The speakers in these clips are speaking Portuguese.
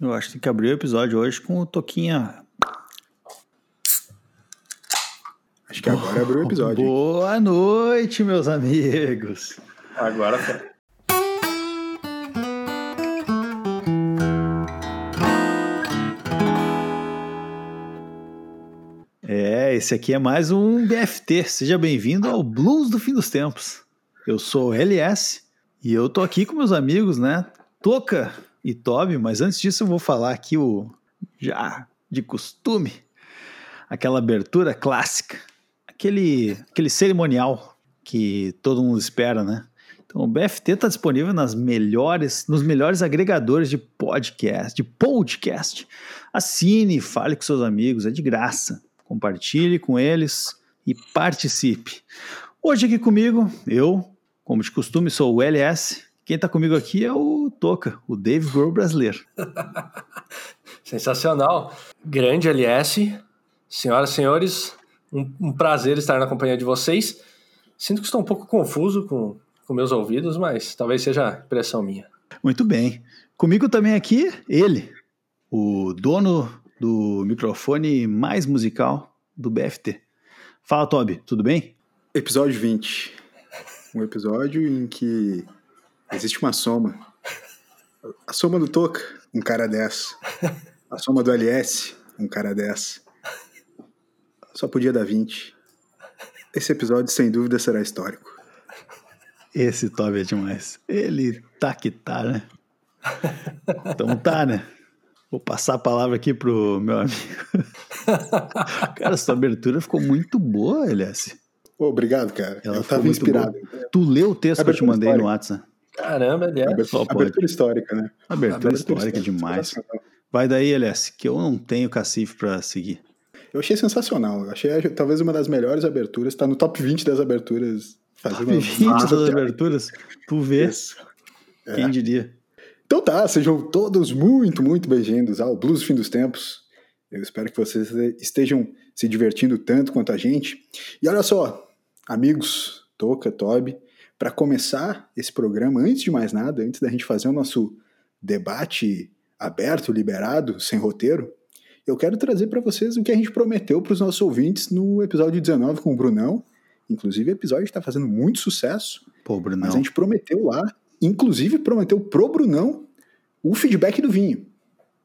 Eu acho que tem que abrir o episódio hoje com o Toquinha. Acho que agora abriu o episódio. hein? Boa noite, meus amigos. Agora foi. É, esse aqui é mais um BFT. Seja bem-vindo ao Blues do Fim dos Tempos. Eu sou o LS e eu tô aqui com meus amigos, né? Toca e Toby, mas antes disso eu vou falar aqui o já de costume, aquela abertura clássica, aquele aquele cerimonial que todo mundo espera, né? Então o BFT está disponível nas melhores, nos melhores agregadores de podcast, de podcast. Assine, fale com seus amigos, é de graça. Compartilhe com eles e participe. Hoje aqui comigo, eu, como de costume, sou o LS. Quem está comigo aqui é o Toca, o Dave Grohl brasileiro. Sensacional. Grande LS. Senhoras e senhores, um, um prazer estar na companhia de vocês. Sinto que estou um pouco confuso com, com meus ouvidos, mas talvez seja impressão minha. Muito bem. Comigo também aqui, ele, o dono do microfone mais musical do BFT. Fala, Toby, tudo bem? Episódio 20. Um episódio em que existe uma soma. A soma do Toca, um cara dessa. A soma do LS, um cara dessa. Só podia dar 20. Esse episódio, sem dúvida, será histórico. Esse Toby é demais. Ele tá que tá, né? Então tá, né? Vou passar a palavra aqui pro meu amigo. Cara, sua abertura ficou muito boa, LS. Pô, obrigado, cara. Ela Eu ficou tava muito inspirado. Tu leu o texto que eu te Abertura mandei no histórica. WhatsApp. Caramba, é- LS. Só Abertura, pode. histórica, né? Abertura, histórica demais. Vai daí, LS, que eu não tenho cacife pra seguir. Eu achei sensacional. Eu achei talvez uma das melhores aberturas. Tá no top 20 das aberturas. Top Fazendo 20 das aberturas. Tu vê, Isso. é. quem diria. Então tá, sejam todos muito, muito bem-vindos ao Blues do Fim dos Tempos. Eu espero que vocês estejam se divertindo tanto quanto a gente. E olha só, amigos, Toca, Toby, para começar esse programa, antes de mais nada, antes da gente fazer o nosso debate aberto, liberado, sem roteiro, eu quero trazer para vocês o que a gente prometeu para os nossos ouvintes no episódio 19 com o Brunão. Inclusive, o episódio está fazendo muito sucesso. Pô, Brunão. Mas a gente prometeu lá, inclusive prometeu pro Brunão o feedback do vinho.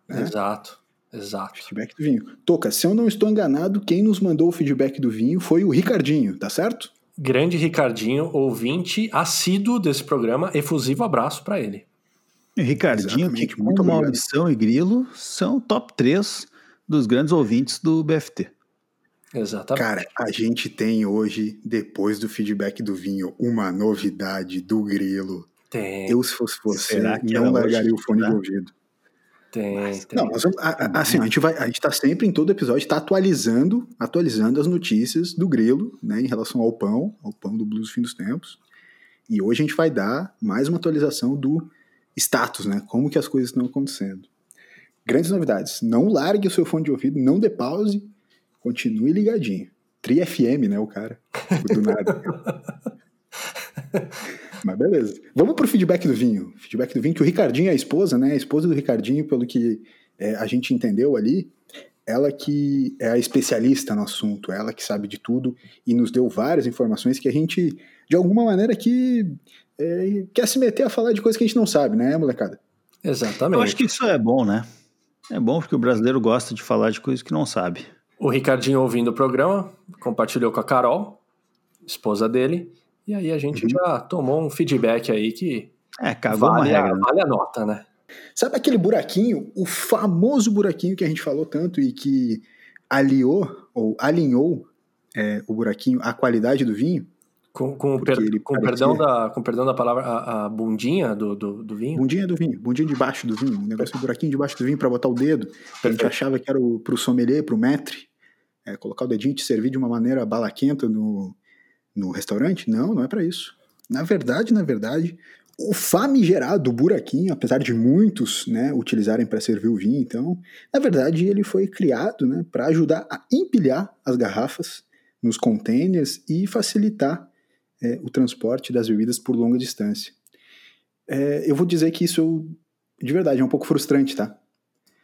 É. Exato, exato. Feedback do vinho. Toca, se eu não estou enganado, quem nos mandou o feedback do vinho foi o Ricardinho, tá certo? Grande Ricardinho, ouvinte assíduo desse programa, efusivo abraço para ele. E Ricardinho, Exatamente, que muito com obrigado. Maldição e Grilo são top 3 dos grandes ouvintes do BFT. Exatamente. Cara, a gente tem hoje, depois do feedback do vinho, uma novidade do grilo. Tem, Eu, se fosse você, Será que era não largaria hoje? o fone Será? de ouvido. tem, tem. Não, nós vamos- a- a- assim, ó, a gente vai, a gente tá sempre em todo episódio, tá atualizando, atualizando as notícias do Grilo, né, em relação ao pão, ao pão do Blues Fim dos Tempos. E hoje a gente vai dar mais uma atualização do status, né, como que as coisas estão acontecendo. Grandes novidades. Não largue o seu fone de ouvido, não dê pause, continue ligadinho. Tri FM, né, o cara. Do nada. Mas beleza. Vamos pro feedback do vinho. Feedback do vinho, que o Ricardinho é a esposa, né? A esposa do Ricardinho, pelo que é, a gente entendeu ali, ela que é a especialista no assunto, ela que sabe de tudo e nos deu várias informações que a gente, de alguma maneira, que é, quer se meter a falar de coisa que a gente não sabe, né, molecada? Exatamente. Eu acho que isso é bom, né? É bom porque o brasileiro gosta de falar de coisas que não sabe. O Ricardinho ouvindo o programa, compartilhou com a Carol, esposa dele, e aí a gente já tomou um feedback aí que É, Uhum. cagou uma vale a, regra. né? vale a nota, né? Sabe aquele buraquinho, o famoso buraquinho que a gente falou tanto e que aliou ou alinhou é, o buraquinho à qualidade do vinho? Com, com, o Porque per- ele com o perdão parecia- da, com o perdão da palavra, a, a bundinha do, do, do vinho. Bundinha do vinho, bundinha debaixo do vinho, um negócio de buraquinho debaixo do vinho pra botar o dedo. A gente Perfeito. achava que era o, pro sommelier, pro maître, é, colocar o dedinho e te servir de uma maneira balaquenta no, no restaurante. Não, não é pra isso. Na verdade, na verdade, o famigerado buraquinho, apesar de muitos né, utilizarem para servir o vinho, então, na verdade ele foi criado né, para ajudar a empilhar as garrafas nos containers e facilitar é, o transporte das bebidas por longa distância. É, eu vou dizer que isso, eu- de verdade, é um pouco frustrante, tá?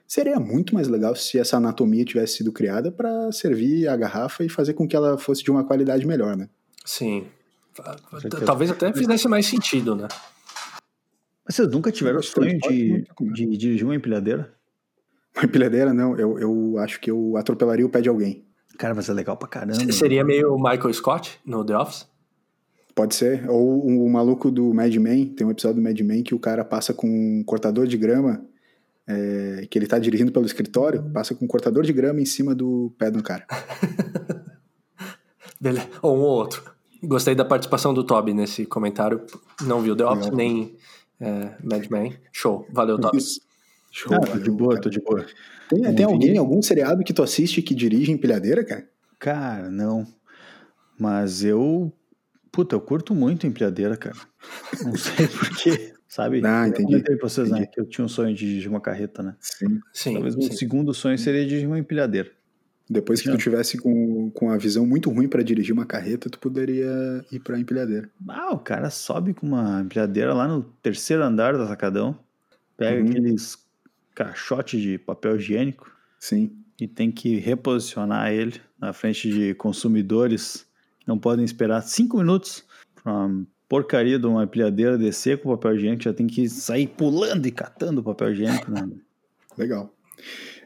Seria muito mais legal se essa anatomia tivesse sido criada para servir a garrafa e fazer com que ela fosse de uma qualidade melhor, né? Sim. Talvez até fizesse mais sentido, né? Mas vocês nunca tiveram o sonho de, de dirigir uma empilhadeira? Uma empilhadeira, não. Eu, eu acho que eu atropelaria o pé de alguém. Cara, mas é legal pra caramba. Seria meio Michael Scott no The Office? Pode ser. Ou o maluco do Mad Men, tem um episódio do Mad Men que o cara passa com um cortador de grama, é, que ele tá dirigindo pelo escritório, passa com um cortador de grama em cima do pé do cara. Beleza. Ou um ou outro. Gostei da participação do Toby nesse comentário. Não viu The Office, Não. nem é, Mad Men. Show. Valeu, Toby. Isso. Show. Ah, tô valeu, de boa, cara. tô de boa. Tem, Não É, tem alguém, vi. algum seriado que tu assiste que dirige empilhadeira, cara? Cara, não. Mas eu. Puta, eu curto muito empilhadeira, cara. Não sei porquê. Sabe? Ah, Eu entendi. comentei pra vocês, né? Entendi. Que eu tinha um sonho de dirigir uma carreta, né? Sim. Sim, Talvez meu sim. segundo sonho seria dirigir uma empilhadeira. Depois que Já. tu tivesse com, com a visão muito ruim pra dirigir uma carreta, tu poderia ir pra empilhadeira. Ah, o cara sobe com uma empilhadeira lá no terceiro andar do atacadão, pega Uhum. aqueles caixotes de papel higiênico Sim. e tem que reposicionar ele na frente de consumidores que não podem esperar cinco minutos pra uma porcaria de uma empilhadeira descer com o papel higiênico, já tem que sair pulando e catando o papel higiênico. né? Uhum. Legal.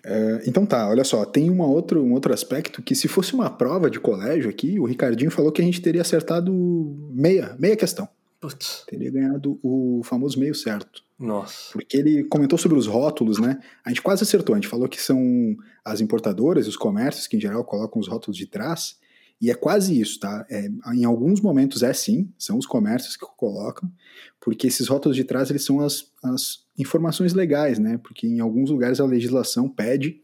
É, então tá, olha só, tem uma outro, um outro aspecto que se fosse uma prova de colégio aqui, o Ricardinho falou que a gente teria acertado meia, meia questão. Putz, Teria ganhado o famoso meio certo. nossa. Porque ele comentou sobre os rótulos, né? A gente quase acertou, a gente falou que são as importadoras, os comércios que em geral colocam os rótulos de trás, e é quase isso, tá? É, em alguns momentos é sim, são os comércios que colocam, porque esses rótulos de trás eles são as, as informações legais, né? Porque em alguns lugares a legislação pede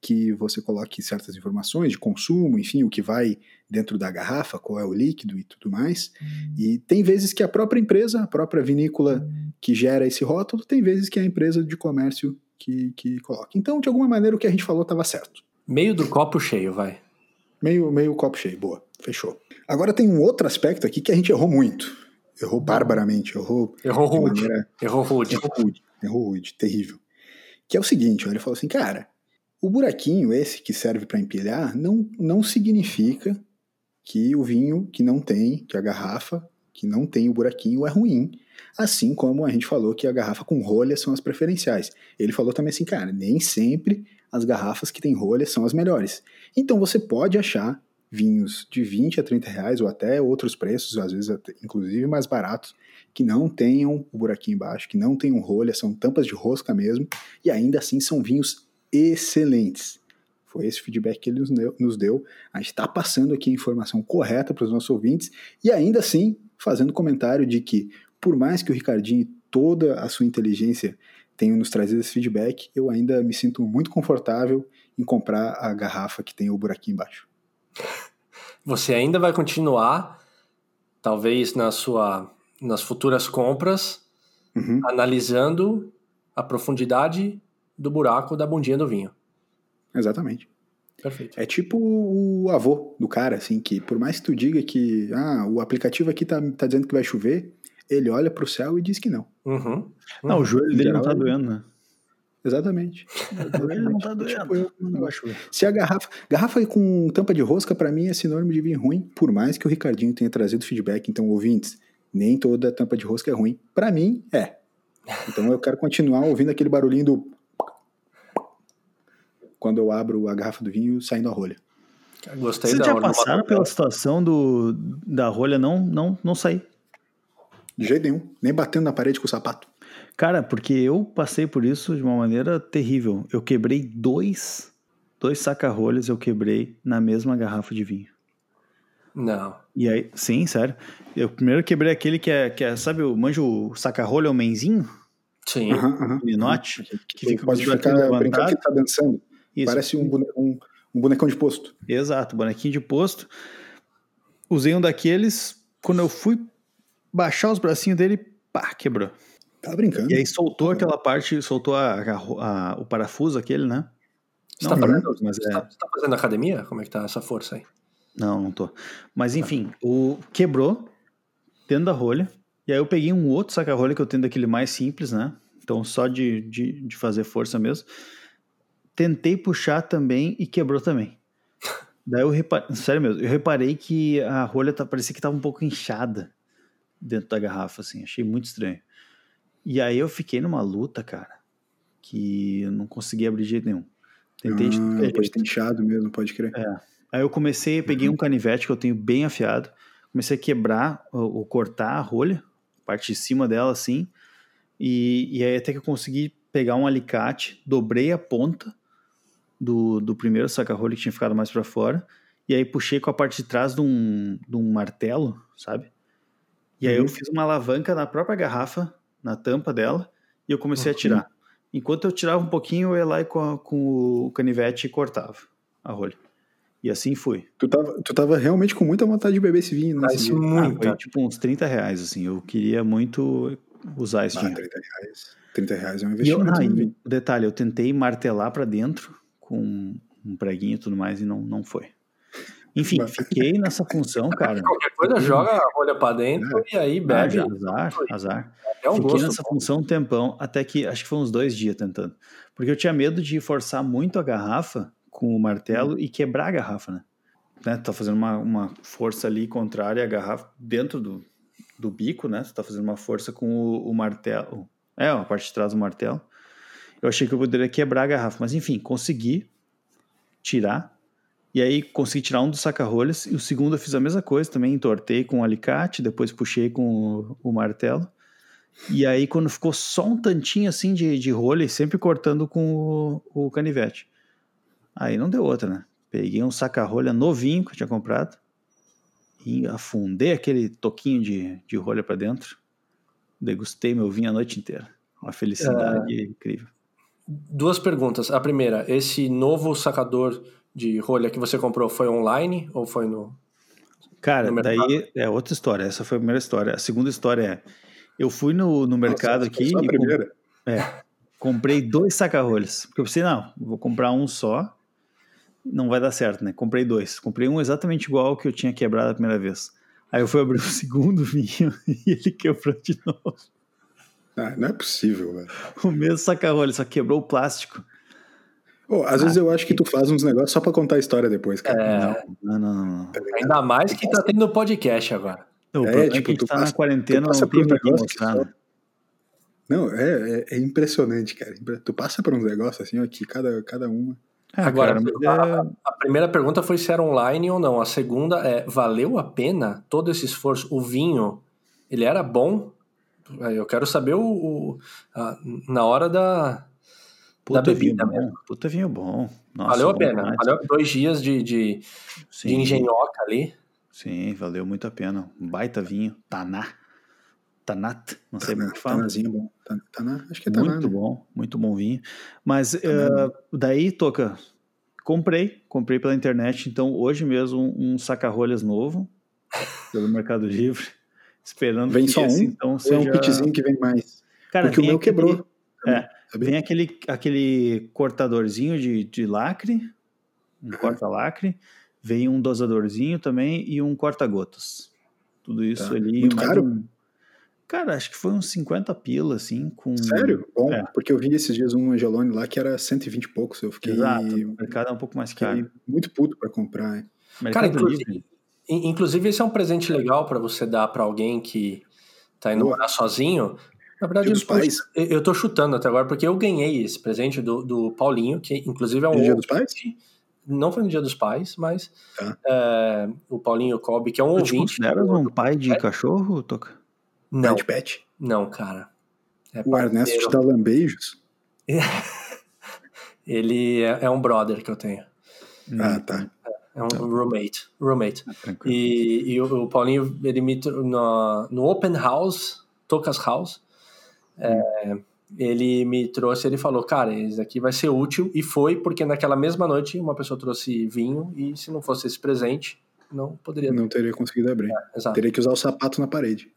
que você coloque certas informações de consumo, enfim, o que vai dentro da garrafa, qual é o líquido e tudo mais. E tem vezes que a própria empresa, a própria vinícola que gera esse rótulo, tem vezes que é a empresa de comércio que, que coloca. Então, de alguma maneira, o que a gente falou estava certo. Meio do copo cheio, vai. Meio, meio copo cheio, boa, fechou. Agora tem um outro aspecto aqui que a gente errou muito. Errou barbaramente, errou Errou de rude. maneira Errou rude. errou rude, errou rude, terrível. Que é o seguinte, ó, ele falou assim, cara, o buraquinho esse que serve para empilhar não, não significa que o vinho que não tem, que a garrafa que não tem o buraquinho é ruim. Assim como a gente falou que a garrafa com rolha são as preferenciais. Ele falou também assim, cara, nem sempre as garrafas que têm rolha são as melhores. Então você pode achar vinhos de 20 a 30 reais ou até outros preços, às vezes até- inclusive mais baratos, que não tenham o buraquinho embaixo, que não tenham rolha, são tampas de rosca mesmo, e ainda assim são vinhos excelentes. Foi esse o feedback que ele nos deu. nos deu. A gente está passando aqui a informação correta para os nossos ouvintes e ainda assim fazendo comentário de que, por mais que o Ricardinho e toda a sua inteligência tenham nos trazido esse feedback, eu ainda me sinto muito confortável em comprar a garrafa que tem o buraquinho embaixo. Você ainda vai continuar, talvez na sua, nas futuras compras, Uhum. analisando a profundidade do buraco da bundinha do vinho. Exatamente. Perfeito. É tipo o avô do cara, assim, que por mais que tu diga que ah, o aplicativo aqui tá, tá dizendo que vai chover, ele olha pro céu e diz que não. Uhum. Não, o joelho dele não tá Geral, doendo, né? Exatamente. O joelho não tá Tipo doendo. eu, Não vai chover. Se a garrafa. Garrafa com tampa de rosca, pra mim, é sinônimo de vinho ruim, por mais que o Ricardinho tenha trazido feedback. Então, ouvintes, nem toda tampa de rosca é ruim. Pra mim, é. Então eu quero continuar ouvindo aquele barulhinho do. Quando eu abro a garrafa do vinho saindo a rolha. Gostei é Vocês da já ornamentação. passaram pela situação do, da rolha não, não, não sair? De jeito nenhum. Nem batendo na parede com o sapato. Cara, porque eu passei por isso de uma maneira terrível. Eu quebrei dois, dois saca-rolhas eu quebrei na mesma garrafa de vinho. Não. E aí, sim, sério. Eu primeiro quebrei aquele que é, que é sabe, o manjo saca-rolha, o menzinho, Sim. Uhum. Aham, aham. o minote, que Tu fica com os Uhum. pode ficar buraquinhos brincando levantados. que tá dançando. Isso. Parece um, bone- um- um bonecão de posto. Exato, bonequinho de posto. Usei um daqueles, quando eu fui baixar os bracinhos dele, pá, quebrou. Tá brincando. E aí soltou aquela parte, soltou a- a- a- o parafuso aquele, né? Você Não, tá não, fazendo- mas Você é- tá, você tá fazendo academia? Como é que tá essa força aí? Não, não tô. Mas enfim, o quebrou dentro da rolha. E aí eu peguei um outro saca-rolha que eu tenho daquele mais simples, né? Então só de, de, de fazer força mesmo. tentei puxar também e quebrou também. Daí eu reparei, sério mesmo, eu reparei que a rolha tá, parecia que tava um pouco inchada dentro da garrafa, assim, achei muito estranho. E aí eu fiquei numa luta, cara, que eu não consegui abrir de jeito nenhum. Tentei de- Ah, pode ter inchado mesmo, pode crer. É. Aí eu comecei, peguei um canivete que eu tenho bem afiado, comecei a quebrar ou, ou cortar a rolha, parte de cima dela assim, e, e aí até que eu consegui pegar um alicate, dobrei a ponta do, do primeiro saca-rolha que tinha ficado mais para fora, e aí puxei com a parte de trás de um, de um martelo, sabe? E aí eu Uhum. fiz uma alavanca na própria garrafa, na tampa dela, e eu comecei a tirar. Enquanto eu tirava um pouquinho, eu ia lá e com, a- com o canivete e cortava a rolha. E assim fui. Tu, tava, tu tava realmente com muita vontade de beber esse vinho, né? Mas Esse isso vinho. Ah, muito. foi tipo uns 30 reais, assim. Eu queria muito usar esse Ah, dinheiro. 30 reais. 30 reais é um E eu, investimento. ah, né, e vinho? detalhe, eu tentei martelar pra dentro com um preguinho e tudo mais e não, não foi. Enfim, Mas- fiquei nessa função, cara. Qualquer coisa, joga a rolha pra dentro e aí Ah, bebe. já, azar, azar. é um Fiquei gosto. nessa bom. função um tempão, até que acho que foi uns dois dias tentando. Porque eu tinha medo de forçar muito a garrafa com o Hum. martelo e quebrar a garrafa, né? né? Tu tá fazendo uma, uma força ali contrária à garrafa dentro do, do bico, né? Tu tá fazendo uma força com o, o martelo. É, a parte de trás do martelo. Eu achei que eu poderia quebrar a garrafa, mas enfim, consegui tirar. E aí consegui tirar um dos saca-rolhas. E o segundo eu fiz a mesma coisa também, entortei com o alicate, depois puxei com o, o martelo. E aí, quando ficou só um tantinho assim de, de rolha, e sempre cortando com o, o canivete. Aí não deu outra, né? Peguei um saca-rolha novinho que eu tinha comprado e afundei aquele toquinho de, de rolha pra dentro. Degustei meu vinho a noite inteira. Uma felicidade É. incrível. Duas perguntas. A primeira, esse novo sacador de rolha que você comprou foi online ou foi no. Cara, No daí mercado? é outra história. Essa foi a primeira história. A segunda história é: eu fui no, no mercado Nossa, aqui Só e a com- primeira. É. Comprei dois saca-rolhas. Porque eu pensei, não, vou comprar um só. Não vai dar certo, né? Comprei dois. Comprei um exatamente igual ao que eu tinha quebrado a primeira vez. Aí eu fui abrir o segundo vinho e ele quebrou de novo. Ah, não é possível, velho. O mesmo saca-rolha, só quebrou o plástico. Ô, às Ah, vezes eu acho que tu faz uns negócios só pra contar a história depois, cara. É, Não, não, não. não. ainda mais que tá tendo podcast agora. O É, problema é tipo, que a gente tu tá passa- na quarentena, tu passa não tem por um pra quem negócio que mostrar, só- né? Não, é, é, é impressionante, cara. Impre- Tu passa por uns negócios assim, ó, que cada, cada uma. É, Agora, cara, mas é- A primeira pergunta foi se era online ou não. A segunda é: valeu a pena todo esse esforço? O vinho, ele era bom? Eu quero saber o, o- a- na hora da. puta da vinho bebida bom. Puta vinho bom. Nossa, valeu a bom pena. demais. Valeu dois dias de, de, de Sim, engenhoca ali. Sim, valeu muito a pena. Um baita vinho. Taná. Tanat. Não sei como Taná, que fala. Tanazinho tá bom. Taná, Taná, acho que Tá é Taná. Muito né? bom, muito bom vinho. Mas eh, daí, Toca, comprei, comprei pela internet, então hoje mesmo um, um saca-rolhas novo pelo Mercado Livre, esperando Vem que só esse, um? então Ou é um seja... kitzinho que vem mais. Cara, Porque o vem meu aquele- quebrou. É, sabe? vem aquele, aquele cortadorzinho de, de lacre, um corta-lacre, vem um dosadorzinho também e um corta-gotas. Tudo isso Tá. ali... Muito mais caro? um- Cara, acho que foi uns 50 pila, assim, com... Sério? Bom, É. porque eu vi esses dias um Angelone lá que era 120 e poucos. Eu fiquei, Exato, o mercado é um pouco mais caro. fiquei muito puto pra comprar. hein? Cara, Mercado inclusive, Livre. in- inclusive, esse é um presente legal para você dar para alguém que tá indo Boa. morar sozinho. Na verdade, Dia eu dos tô, Pais? eu eu tô chutando até agora, porque eu ganhei esse presente do, do Paulinho, que inclusive é um No Dia ouvinte. dos Pais? Não foi no Dia dos Pais, mas Tá. é, o Paulinho Kobe, que é um Tu te ouvinte. consideras um pai é. de cachorro, Toca? Não, Pai de pet. não, cara. É O Ernesto te parceiro. dá lambeijos? Ele é, é um brother que eu tenho. Hum. Ah, tá. Ah, É um roommate. Roommate. Tranquilo. E, e o, o Paulinho, ele me tro- no, no Open House, Tocas House, é, ele me trouxe, ele falou, cara, esse aqui vai ser útil, e foi, porque naquela mesma noite uma pessoa trouxe vinho, e se não fosse esse presente, não poderia. Não teria conseguido abrir. Exato. Teria que usar o sapato na parede.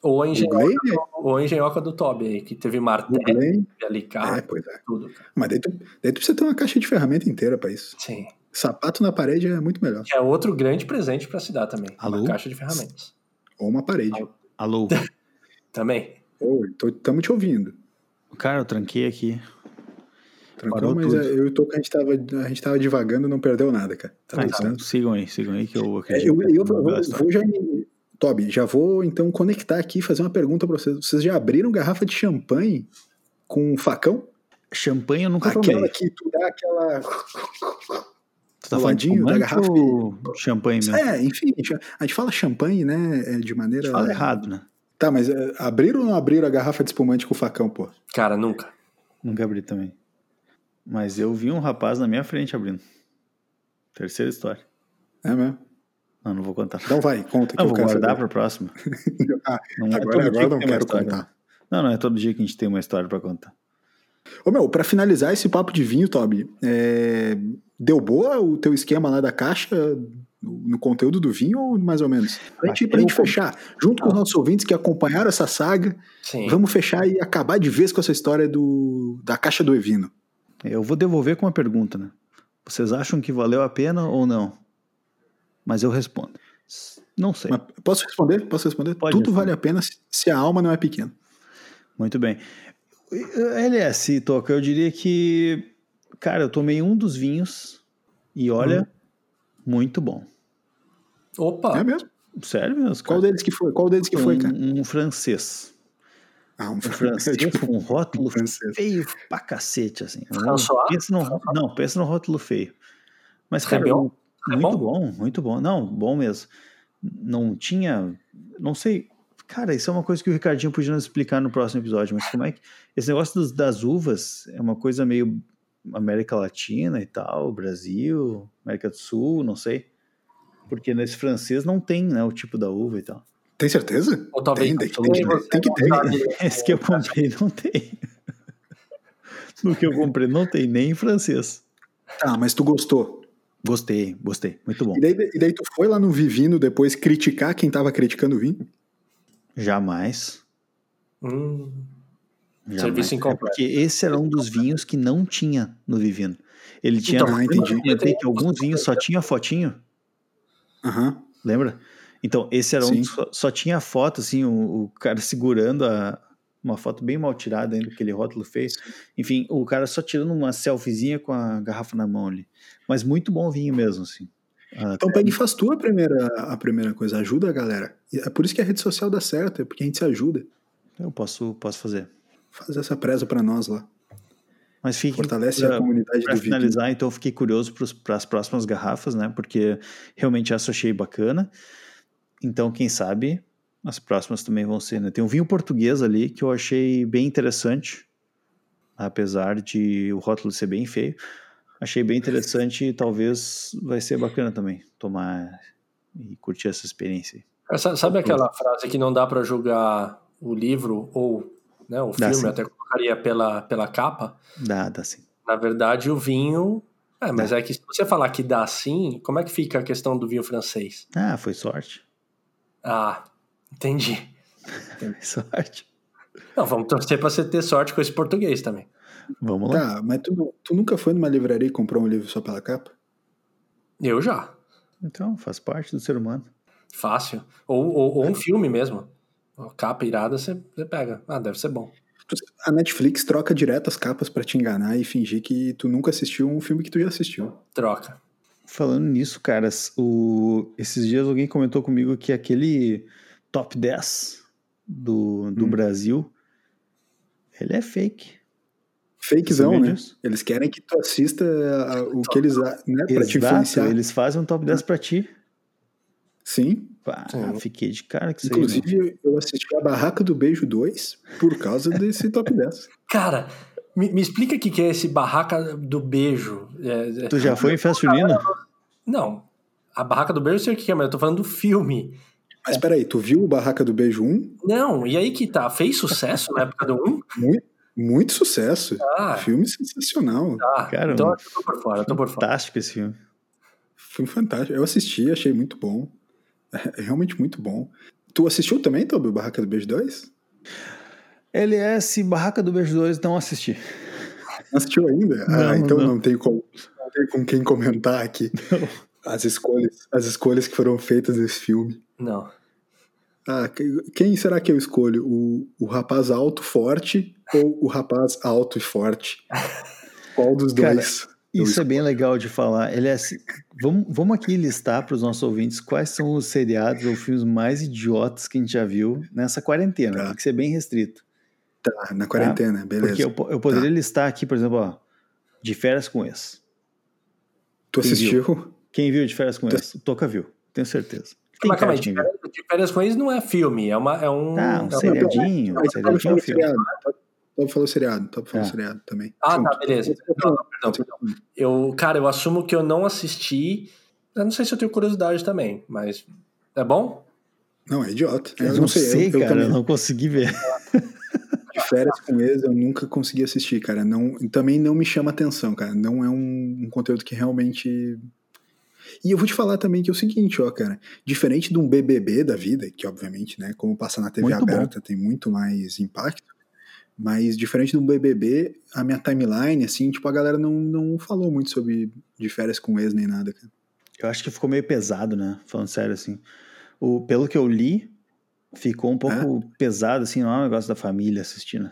Ou a né? O engenhoca, Glenn, ou a engenhoca do Toby, aí, que teve o martelo, Glenn. É, alicate, pois é. tudo. cara. Mas daí tu, daí tu precisa ter uma caixa de ferramenta inteira pra isso. Sim. Sapato na parede é muito melhor. Que é outro grande presente para se dar também. Alô? Uma caixa de ferramentas. Ou uma parede. Alô? Também. Estamos te ouvindo. Cara, eu tranquei aqui. Tranquilo, Parou mas tudo. é, eu e o Toca, a gente tava, a gente tava divagando, não perdeu nada, cara. Tá Ah, tudo certo. então sigam aí, sigam aí que eu É, acredito. eu, que vai eu vou, mudar a vou- história. vou já. me- Toby, já vou então conectar aqui e fazer uma pergunta pra vocês. Vocês já abriram garrafa de champanhe com um facão? Champanhe eu nunca Aquela tomei. que tu dá aquela. Tu tá falando de Ladinho da espumante garrafa ou champanhe mesmo? É, enfim, a gente- a gente fala champanhe, né? é, De né? A gente maneira. fala errado, né? Tá, mas é, abriram ou não abriram a garrafa de espumante com o facão, pô? Cara, nunca. Nunca abri também. Mas eu vi um rapaz na minha frente abrindo. Terceira história. É mesmo? Não, não vou contar. Então vai, conta que Não, eu, vou quero guardar saber. para próxima. Ah, Não é todo agora agora dia eu que não tem uma quero história. contar. Não, não é todo dia que a gente tem uma história para contar. Ô meu, pra finalizar esse papo de vinho, Toby, é, deu boa o teu esquema lá da caixa no, no conteúdo do vinho ou mais ou menos? Pra gente, pra Bateu gente com- fechar, junto com os nossos ouvintes que acompanharam essa saga, Sim. vamos fechar e acabar de vez com essa história do, da caixa do Evino. Eu vou devolver com uma pergunta, né? Vocês acham que valeu a pena ou não? Mas eu respondo. S- Não sei. Mas posso responder? Posso responder? Pode Tudo responder. vale a pena se- se a alma não é pequena. Muito bem. LS, Toca, eu diria que, cara, eu tomei um dos vinhos e olha, Hum. muito bom. Opa! É mesmo? Sério mesmo, Qual cara? deles que foi? Qual deles que foi, cara? Um, um francês. Ah, um Um francês tipo, com um rótulo francês. feio pra cacete, assim. François? Pensa no, não, pensa no rótulo feio. Mas, cara, Rebel? o- muito Rebel? bom, muito bom. Não, bom mesmo. Não tinha. Não sei. Cara, isso é uma coisa que o Ricardinho podia nos explicar no próximo episódio, mas como é que. Esse negócio dos- das uvas é uma coisa meio América Latina e tal, Brasil, América do Sul, não sei. Porque nesse francês não tem, né, o tipo da uva e tal. Tem certeza? Ou talvez tem, tem, que absolutamente ter, né? você tem que ter. não né? sabe. Esse que eu comprei não tem. No que eu comprei não tem nem em francês. Tá, mas tu gostou. Gostei, gostei. Muito bom. E daí, e daí tu foi lá no Vivino depois criticar quem tava criticando o vinho? Jamais. Hum, jamais. Serviço incompleto. É porque esse era um dos vinhos que não tinha no Vivino. Ele tinha. Então, ah, entendi. Eu comentei que alguns vinhos só tinha fotinho, Aham. lembra? Então, esse era um Sim. que só, só tinha a foto, assim, o, o cara segurando a, uma foto bem mal tirada ainda, aquele rótulo feio. Enfim, o cara só tirando uma selfiezinha com a garrafa na mão ali. Mas muito bom vinho mesmo, assim. Ah, Então pega e faz tu a primeira, a primeira coisa. Ajuda a galera. E É por isso que a rede social dá certo, é porque a gente se ajuda. Então Eu posso, posso fazer. Faz essa preza pra nós lá. Mas fique Fortalece pra- a comunidade Para do vinho. finalizar, então, eu fiquei curioso para as próximas garrafas, né? Porque realmente essa eu achei bacana. Então, quem sabe as próximas também vão ser, né? Tem um vinho português ali que eu achei bem interessante, apesar de o rótulo ser bem feio. Achei bem interessante e talvez vai ser bacana também tomar e curtir essa experiência. aí. Cara, sa- Sabe aquela frase que não dá pra julgar o livro ou né, o Dá filme, sim. eu até colocaria pela, pela capa? Dá, dá sim. Na verdade, o vinho. É, mas é que se você falar que dá sim, como é que fica a questão do vinho francês? Ah, foi sorte. Ah, entendi. Foi sorte. Não, vamos torcer pra você ter sorte com esse português também. Vamos lá. Tá, mas tu, não- tu nunca foi numa livraria e comprou um livro só pela capa? Eu já. Então, faz parte do ser humano. Fácil. Ou, ou, ou um filme mesmo. Ó, Capa irada, você, você pega. Ah, deve ser bom. Tu- A Netflix troca direto as capas pra te enganar e fingir que tu nunca assistiu um filme que tu já assistiu. Troca. Falando nisso, caras, o... esses dias alguém comentou comigo que aquele top 10 do, do Hum. Brasil, ele é fake. Fakezão, Sabia né? disso? Então, Eles querem que tu assista a- o que eles... a- Né, pra te Exato, influenciar. eles fazem um top 10 pra ti. Sim, Pá, Sim. fiquei de cara que isso aí, mano. Inclusive, eu assisti a Barraca do Beijo 2 por causa desse top 10. Cara, me, me explica o que, que é esse barraca do beijo. É, é- Tu já foi em festa junina? Não. A barraca do beijo eu sei o que que é, mas eu tô falando do filme. Mas peraí, tu viu o Barraca do Beijo 1? Não, e aí que tá? Fez sucesso na época do 1? Muito, muito sucesso. Ah, Filme sensacional. tá. Cara, então um- eu tô por fora, eu tô por fora. Fantástico esse filme. Filme fantástico. Eu assisti, achei muito bom. É realmente muito bom. Tu assistiu também, Tobi, o Barraca do Beijo 2? LS é Barraca do Beijo 2, não assisti. Não assistiu ainda? ah, Não, então não. não, tem como, não tem com quem comentar aqui as escolhas, as escolhas que foram feitas nesse filme. Não. Ah, que- quem será que eu escolho? O, o rapaz alto, forte ou o rapaz alto e forte? Qual dos Cara, dois? eu Isso é bem legal de falar. Ele é assim- vamos, vamos aqui listar para os nossos ouvintes quais são os seriados ou filmes mais idiotas que a gente já viu nessa quarentena. Tá. Tem que ser bem restrito. escolho? Ah, Na quarentena, beleza. Porque eu, po- eu poderia listar aqui, por exemplo, ó, De Férias com Ex. Tu Entendi. assistiu? Quem viu De Férias com Ex? O Toca viu, tenho certeza. Tem Ah, Mas calma cara aí, de de quem viu. férias, de férias com eles não é filme, é, uma, é um. Ah, um é um- seriadinho. Ah, Um seriadinho é tu tava um falando filme. seriado. Top- Top falou seriado, Top falou É. seriado também. Ah, Junto. tá, beleza. Não, não, perdão, perdão. um. Eu, cara, eu assumo que eu não assisti. Eu não sei se eu tenho curiosidade também, mas. É bom? Não, é idiota. Eu não sei, eu, eu cara, eu também não consegui ver. de férias com eles, eu nunca consegui assistir, cara. Não, também não me chama atenção, cara. Não é um, um conteúdo que realmente. E eu vou te falar também que é o seguinte, ó, cara. Diferente de um BBB da vida, que obviamente, né, como passa na TV Muito bom. aberta, tem muito mais impacto. Mas diferente de um BBB, a minha timeline, assim, tipo, a galera não, não falou muito sobre de férias com ex nem nada, cara. Eu acho que ficou meio pesado, né? Falando sério, assim. O, pelo que eu li, ficou um pouco pesado, assim, não é um negócio da família assistindo.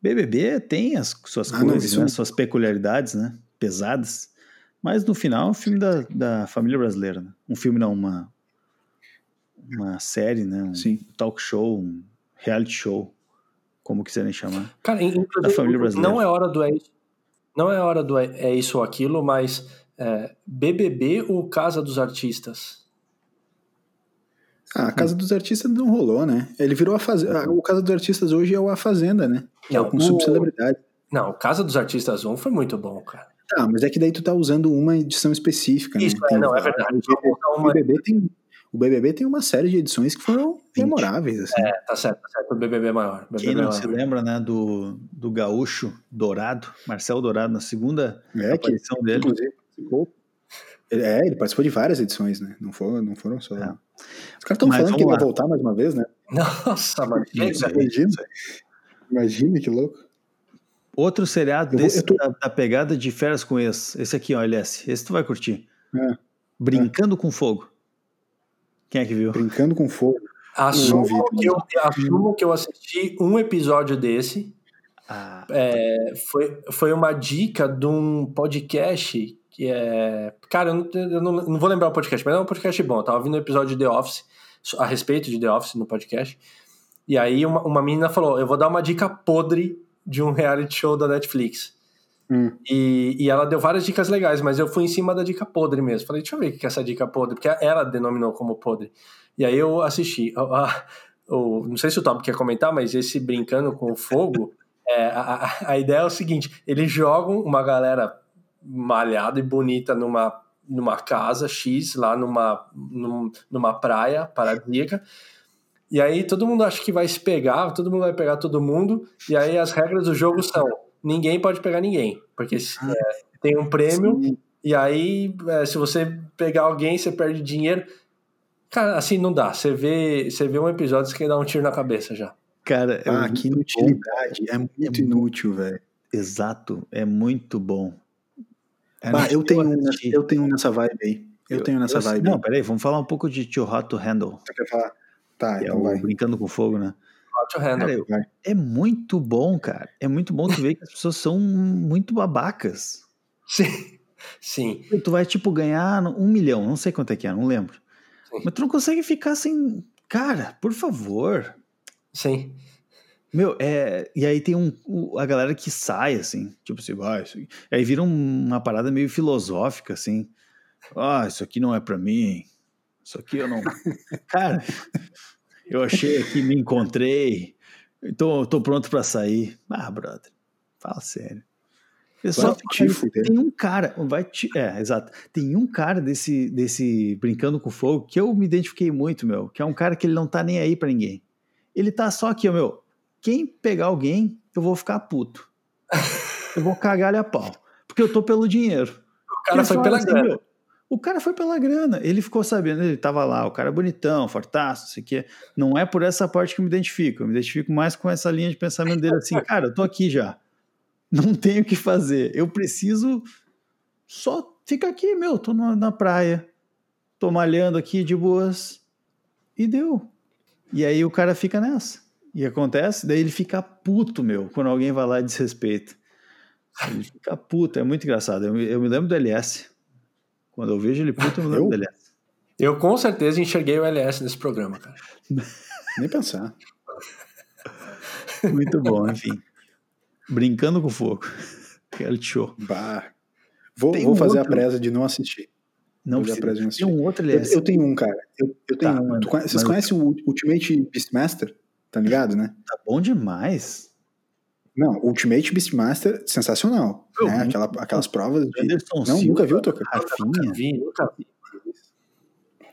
BBB tem as suas Ah, não, coisas, isso né? não. Suas peculiaridades, né? Pesadas. Mas no final é um filme da, da família brasileira, né? Um filme, não, uma, uma série, né? Um Sim. talk show, um reality show, como quiserem chamar. Cara, inclusive, Da Tá família brasileira. não é hora do é isso, não é hora do é, é isso ou aquilo, mas é, BBB ou Casa dos Artistas? Ah, a Casa dos Artistas não rolou, né? Ele virou a Fazenda. O Casa dos Artistas hoje é o A Fazenda, né? Que é Não, com o- subcelebridade. Não, Casa dos Artistas 1 foi muito bom, cara. Tá, mas é que daí tu tá usando uma edição específica, né? Isso, é, Tem- não, é verdade. O BBB, tem, o BBB tem uma série de edições que foram memoráveis, assim. É, tá certo, tá certo. O BBB maior. é BBB Quem não é maior. se lembra, né? Do, do gaúcho Dourado, Marcelo Dourado, na segunda É, que, aparição dele. inclusive, participou. Ele- É, ele participou de várias edições, né? Não foram, não foram só. É. Os caras estão Mas falando que vamos ele vai lá. voltar mais uma vez, né? Nossa, mano. Isso aí. Imagina. Imagina que louco. Outro seriado Eu vou- desse eu tô- da, da pegada de férias com ex. Esse aqui, ó, LS. Esse tu vai curtir. É. Brincando com Fogo. Quem é que viu? Brincando com fogo. Assumo, Não vi que eu, assumo que eu assisti um episódio desse. Ah, É, foi, foi uma dica de um podcast que é. Cara, eu, não, eu não- não vou lembrar o podcast, mas é um podcast bom. Eu tava ouvindo um episódio de The Office, so- a respeito de The Office no podcast. E aí uma, uma menina falou: Eu vou dar uma dica podre de um reality show da Netflix. Hum. E, e ela deu várias dicas legais, mas eu fui em cima da dica podre mesmo. Falei, deixa eu ver o que é essa dica podre, porque ela denominou como podre. E aí eu assisti. A- a- o- não sei se o Tom quer comentar, mas esse brincando com o fogo, é, a, a- a ideia é o seguinte: eles jogam uma galera malhada e bonita numa, numa casa X, lá numa, num- numa praia paradisíaca. E aí todo mundo acha que vai se pegar, todo mundo vai pegar todo mundo, e aí as regras do jogo são: ninguém pode pegar ninguém, porque se- é, tem um prêmio, Sim. e aí é, se você pegar alguém, você perde dinheiro. Cara, assim não dá. Você vê, você vê um episódio, você quer dar um tiro na cabeça já. cara, é eu- Ah, que inutilidade. É muito inútil, velho. exato. É muito bom. É, Ah, não, eu tenho, um nessa- assisti. eu tenho um nessa vibe aí. Eu, tenho um nessa assi- vibe. Não, aí. peraí, vamos falar um pouco de Tio Rato Handle. Tu quer falar? Tá, que é então o vai. Brincando com Fogo, né? Out of Cara, handle. eu- vai. é muito bom, cara. É muito bom tu ver que as pessoas são muito babacas. Sim. Sim. Tu vai, tipo, ganhar um milhão, não sei quanto é que é, não lembro. Sim. Mas tu não consegue ficar sem. Cara, por favor. Sim. Meu, é. E aí tem um, o- a galera que sai, assim, tipo assim, vai. isso aqui-" Aí vira um- uma parada meio filosófica, assim. Ah, isso aqui não é pra mim. Isso aqui eu não. Cara, eu achei aqui, me encontrei. Então eu tô pronto pra sair. Ah, brother, fala sério. Eu Vai só te fuder. tem um cara, vai te, é, exato. Tem um cara desse desse brincando com fogo que eu me identifiquei muito, meu, que é um cara que ele não tá nem aí pra ninguém. Ele tá só aqui, ó, meu. Quem pegar alguém, eu vou ficar puto. Eu vou cagar-lhe a pau, porque eu tô pelo dinheiro. O cara Eles foi pela falaram assim, grana. meu, o cara foi pela grana. Ele ficou sabendo, ele tava lá, o cara é bonitão, fortaço, não sei o quê. Não é por essa parte que eu me identifico. Eu me identifico mais com essa linha de pensamento dele assim, cara, eu tô aqui já. Não tenho o que fazer. Eu preciso só ficar aqui, meu. Tô na, na praia, tô malhando aqui de boas. E deu. E aí o cara fica nessa. E acontece, daí ele fica puto, meu, quando alguém vai lá e desrespeita. Ele fica puto, é muito engraçado. Eu, eu me lembro do LS. Quando eu vejo ele puto, eu me lembro Eu? do LS. Eu com certeza enxerguei o LS nesse programa, cara. Nem pensar. Muito bom, enfim. Brincando com fogo. Reality show. Bah. Vou, Tem vou um fazer a outro. presa de não assistir. Não Eu já precisa. apresento Tem um outro é Eu, LS. eu tenho um, cara. Eu, eu tenho Tá, um. manda, Tu conhece- vocês manda. conhecem o Ultimate Beastmaster? Tá ligado, né? Tá bom demais. Não, Ultimate Beastmaster, sensacional. Eu nunca- né? Aquela- aquelas provas de. Anderson Não, Silva, nunca viu, Toca? Ah, Rafinha. Vi, nunca vi.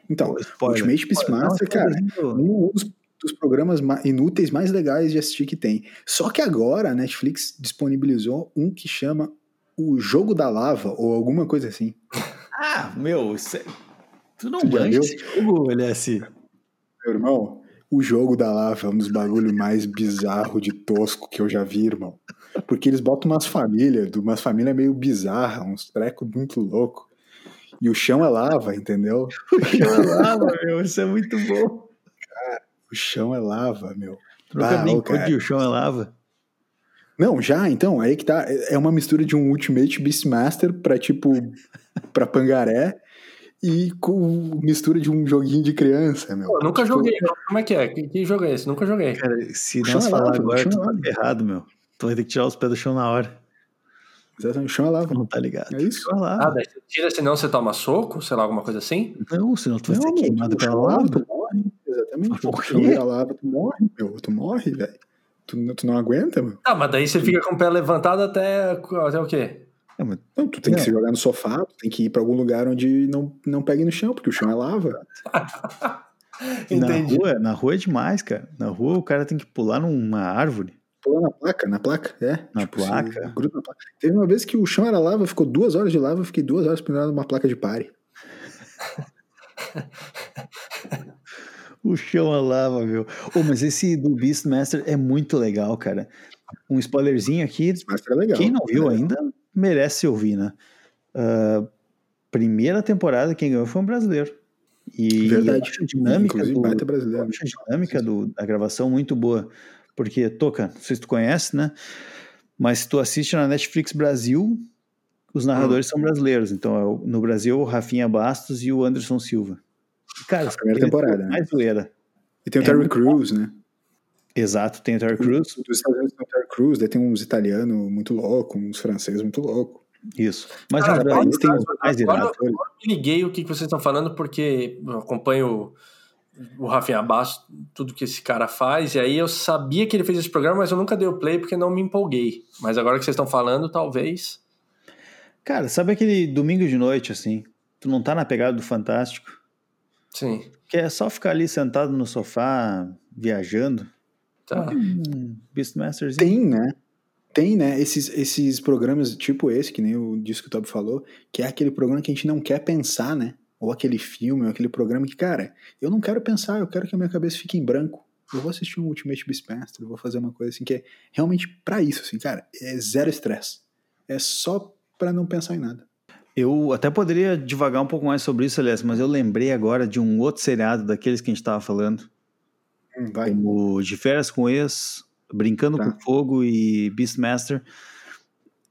Então, Pô, spoiler. Ultimate Spoiler, não, tá Beastmaster, cara, spoilerzinho. um dos, dos programas ma- inúteis mais legais de assistir que tem. Só que agora a Netflix disponibilizou um que chama O Jogo da Lava, ou alguma coisa assim. Ah, meu, cê- tu não Tu já manja viu? esse jogo, LS. Meu irmão, o jogo da lava é um dos bagulho mais bizarro de tosco que eu já vi, irmão. Porque eles botam umas famílias, de umas famílias meio bizarras, uns trecos muito louco. E o chão é lava, entendeu? Ah, meu, isso é muito bom. O chão é lava, meu. Troca Ah, ô, brincou cara. de o chão é lava. Não, já, então, aí que tá. É uma mistura de um Ultimate Beastmaster pra tipo. pra pangaré e com mistura de um joguinho de criança, meu. Pô, nunca Tipo, joguei. Como é que é? Que, que jogo é esse? Nunca joguei. Cara, se O chão nós é falar lava, o agora, chão tu é tá lava. errado, meu. Tu vai ter que tirar os pés do chão na hora. Exatamente, o chão é Tu lava. não tá ligado. É isso? Chão é lava. Ah, daí você tira, senão você toma soco, sei lá, alguma coisa assim? Não, senão tu vai Não, ser meu, queimado tu pela morre, é lava. Tu morre, exatamente. Por Tu quê? joga a lava, tu morre, meu. Tu morre, velho. Tu, tu não aguenta, meu. Ah, mas daí você fica com o pé levantado até, até o quê? É, mas Não, tu tem Não. que se jogar no sofá, tu tem que ir pra algum lugar onde não, não pegue no chão, porque o chão é lava. Na rua, na rua é demais, cara. Na rua o cara tem que pular numa árvore. Pula na placa, na placa, é. Na se placa? Gruda na placa. Teve uma vez que o chão era lava, ficou duas horas de lava, eu fiquei duas horas pendurado numa placa de pare. O chão é lava, meu. Ô, mas esse do Beastmaster é muito legal, cara. Um spoilerzinho aqui. Mas era legal. Quem não viu Legal. ainda merece ouvir, né? Ah, primeira temporada quem ganhou foi um brasileiro. E Verdade. eu acho a dinâmica Inclusive, do, baita brasileiro. eu acho a dinâmica do- da gravação muito boa. Porque, Toca, não sei se tu conhece, né? Mas se tu assiste na Netflix Brasil, os narradores Ah. são brasileiros. Então, é o- no Brasil, o Rafinha Bastos e o Anderson Silva. E, Cara, os primeira caras temporada, são né? Mais zoeira. E tem o É Terry muito Crews, né? Exato, tem o Terry Crews. Dos Estados Unidos tem o Terry Crews, daí tem uns italianos muito loucos, uns franceses muito loucos. Isso. Mas Ah, Cara, os brasileiros têm agora- os mais irados. agora- né? agora eu me liguei o que, que vocês estão falando, porque eu acompanho o Rafinha Basso, tudo que esse cara faz, e aí eu sabia que ele fez esse programa, mas eu nunca dei o play porque não me empolguei. Mas agora que vocês estão falando, talvez. Cara, sabe aquele domingo de noite, assim? Tu não tá na pegada do Fantástico? Sim. Que é só ficar ali sentado no sofá, viajando. Tá. Hum, Beastmasterzinho. Tem, né? Tem, né? Esses, esses programas tipo esse, que nem o disco que o Tob falou, que é aquele programa que a gente não quer pensar, né? Ou aquele filme, ou aquele programa que, cara, eu não quero pensar, eu quero que a minha cabeça fique em branco. Eu vou assistir um Ultimate Beastmaster, eu vou fazer uma coisa assim que é realmente pra isso, assim, cara, é zero estresse. É só pra não pensar em nada. Eu até poderia divagar um pouco mais sobre isso, aliás, mas eu lembrei agora de um outro seriado daqueles que a gente estava falando, Hum, vai. como De Férias com Ex, Brincando Tá. com Fogo e Beastmaster.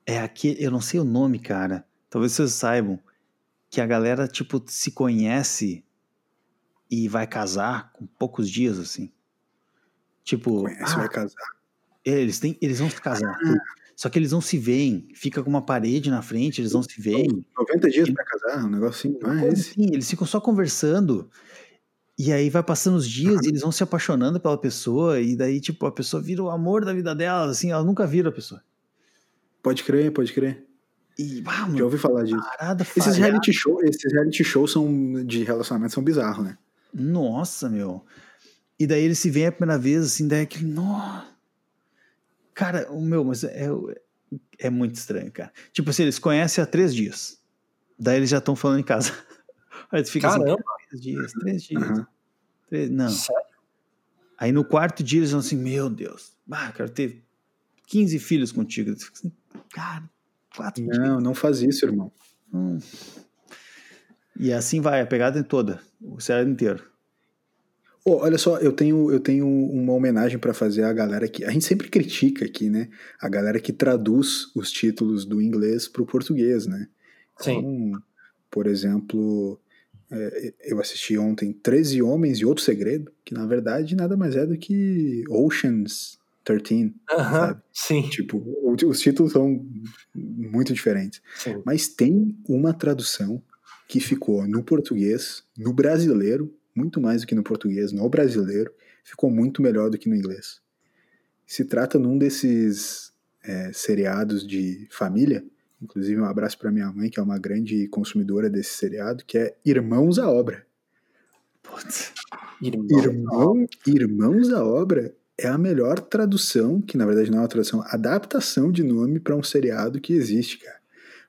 É aqui, eu não sei o nome, cara. Talvez vocês saibam que a galera tipo se conhece e vai casar com poucos dias assim. Tipo, Conhece, ah, vai Ah. casar. é, eles, têm, eles vão se casar. tudo. Só que eles não se veem. Fica com uma parede na frente, eles não se veem. 90 dias pra casar, um negócio assim, não é Coisa esse? assim, eles ficam só conversando. E aí vai passando os dias e eles vão se apaixonando pela pessoa. E daí, tipo, a pessoa vira o amor da vida dela. Assim, ela nunca vira a pessoa. Pode crer, pode crer. E, ah, Já mano, ouvi falar disso. parada Esses falhada. reality, show, esses reality shows são de relacionamento são bizarros, né? Nossa, meu. E daí eles se veem a primeira vez, assim, daí aquele. Nossa. Cara, o meu, mas é, é muito estranho, cara. Tipo assim, eles conhecem há três dias. Daí eles já estão falando em casa. Aí tu fica Caramba, assim, três dias, três dias. Aham. Três, não. sério? Aí no quarto dia eles vão assim, meu Deus, bah, quero ter 15 filhos contigo. Tu fica assim, cara, quatro dias. Não, não faz isso, irmão. hum. E assim vai, a pegada é toda, o seriado inteiro. Pô, olha só, eu tenho, eu tenho uma homenagem para fazer à galera que. A gente sempre critica aqui, né? A galera que traduz os títulos do inglês para o português, né? Sim. Então, por exemplo, é, eu assisti ontem 13 Homens e Outro Segredo, que na verdade nada mais é do que Oceans 13. Aham, sabe? sim, Tipo, o- os títulos são muito diferentes. sim. Mas tem uma tradução que ficou no português, no brasileiro, muito mais do que no português, no brasileiro, ficou muito melhor do que no inglês. Se trata num desses é, seriados de família, inclusive um abraço para minha mãe, que é uma grande consumidora desse seriado, que é Irmãos à Obra. Putz. Irmão. Irmão, Irmãos à Obra é a melhor tradução, que na verdade não é uma tradução, adaptação de nome para um seriado que existe, cara.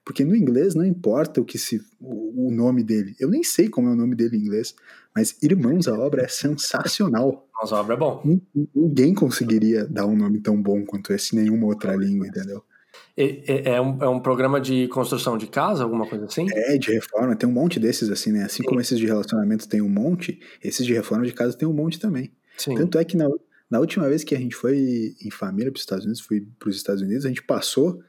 Porque no inglês não importa o que se o, o nome dele. Eu nem sei como é o nome dele em inglês, mas Irmãos à Obra é sensacional. Irmãos à obra é bom. Nin- Ninguém conseguiria dar um nome tão bom quanto esse em nenhuma outra língua, entendeu? E- e- É, um, é um programa de construção de casa, alguma coisa assim? É, de reforma, tem um monte desses assim, né? Assim como esses de relacionamento tem um monte, esses de reforma de casa tem um monte também. Sim. Tanto é que na, na última vez que a gente foi em família para os Estados Unidos, fui para os Estados Unidos, a gente passou.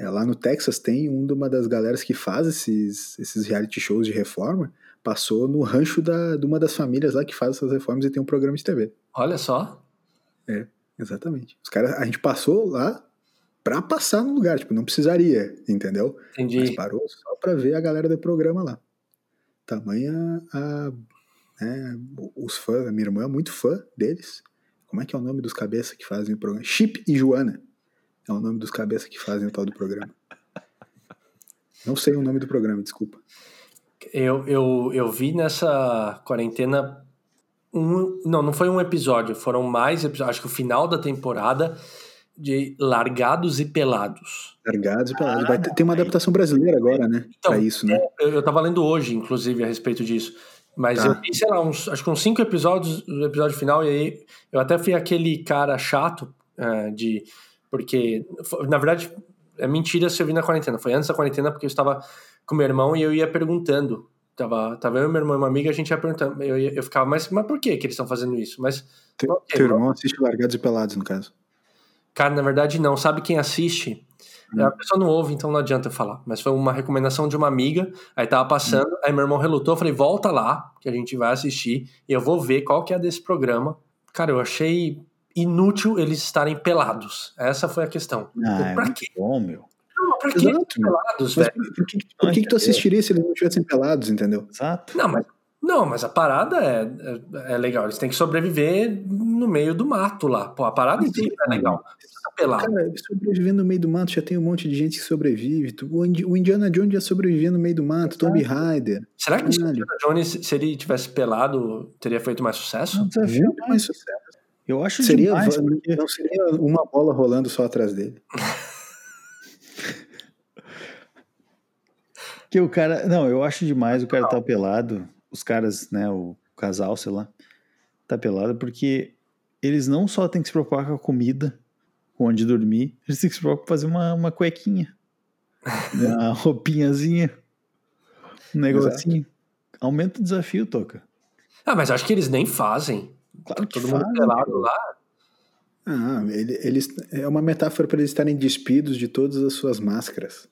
é, lá no Texas tem um de uma das galeras que faz esses, esses reality shows de reforma, passou no rancho da, de uma das famílias lá que faz essas reformas e tem um programa de TV. Olha só. Exatamente. Os caras, a gente passou lá para passar no lugar, tipo, não precisaria, entendeu? Mas Entendi. parou só para ver a galera do programa lá. Tamanha a. né, os fãs, a minha irmã é muito fã deles. Como é que é o nome dos cabeças que fazem o programa? Chip e Joana é o nome dos cabeças que fazem o tal do programa. Não sei o nome do programa, desculpa. Eu, eu, eu vi nessa quarentena. Um, não, não foi um episódio, foram mais episódios. Acho que o final da temporada de Largados e Pelados. Largados e pelados. Vai ter, tem uma adaptação brasileira agora, né? Então, pra isso, né? Eu, eu tava lendo hoje, inclusive, a respeito disso. Mas Tá. eu vi, sei lá, uns, acho que uns cinco episódios do episódio final, e aí eu até fui aquele cara chato eh, de. Porque, fo- na verdade, é mentira se eu vi na quarentena. Foi antes da quarentena, porque eu estava com meu irmão e eu ia perguntando. Tava, tava eu, meu irmão e uma amiga, a gente ia perguntando. Eu, ia- eu ficava, mas, mas por que que eles estão fazendo isso? Mas, Te- ok, teu irmão assiste Largados e Pelados, no caso. cara, na verdade, não. Sabe quem assiste? Hum. A pessoa não ouve, então não adianta eu falar. Mas foi uma recomendação de uma amiga. Aí tava passando, Hum. aí meu irmão relutou. eu Falei, volta lá, que a gente vai assistir. E eu vou ver qual que é desse programa. Cara, eu achei inútil eles estarem pelados. Essa foi a questão. Ah, é pra muito quê? bom, meu. Não, pra que Exato, meu. pelados, Mas velho? por, por que, por que que tu assistiria se eles não tivessem pelados, entendeu? Exato. Não, mas, não, mas a parada é, é, é legal. Eles têm que sobreviver no meio do mato lá. Pô, a parada inteira é legal. Tá Ah. pelado. Cara, sobreviver no meio do mato, já tem um monte de gente que sobrevive. Tu- O Indi- o Indiana Jones já sobrevivia é no meio do mato, Tomb Raider. Será que se o Caralho. é um Indiana Jones, se ele tivesse pelado, teria feito mais sucesso? Um desafio Muito a mais. mais sucesso. Eu acho Seria, demais, va- porque- não seria uma bola rolando só atrás dele. Porque o cara. Não, eu acho demais o cara tá pelado. Os caras, né? O casal, sei lá, tá pelado, porque eles não só têm que se preocupar com a comida, com onde dormir, eles têm que se preocupar com fazer uma, uma cuequinha. né, uma roupinhazinha. Um negocinho. Aumenta o desafio, Toca. Ah, mas acho que eles nem fazem. Claro que Todo mundo faz, pelado lá. Ah, ele- eles, é uma metáfora para eles estarem despidos de todas as suas máscaras.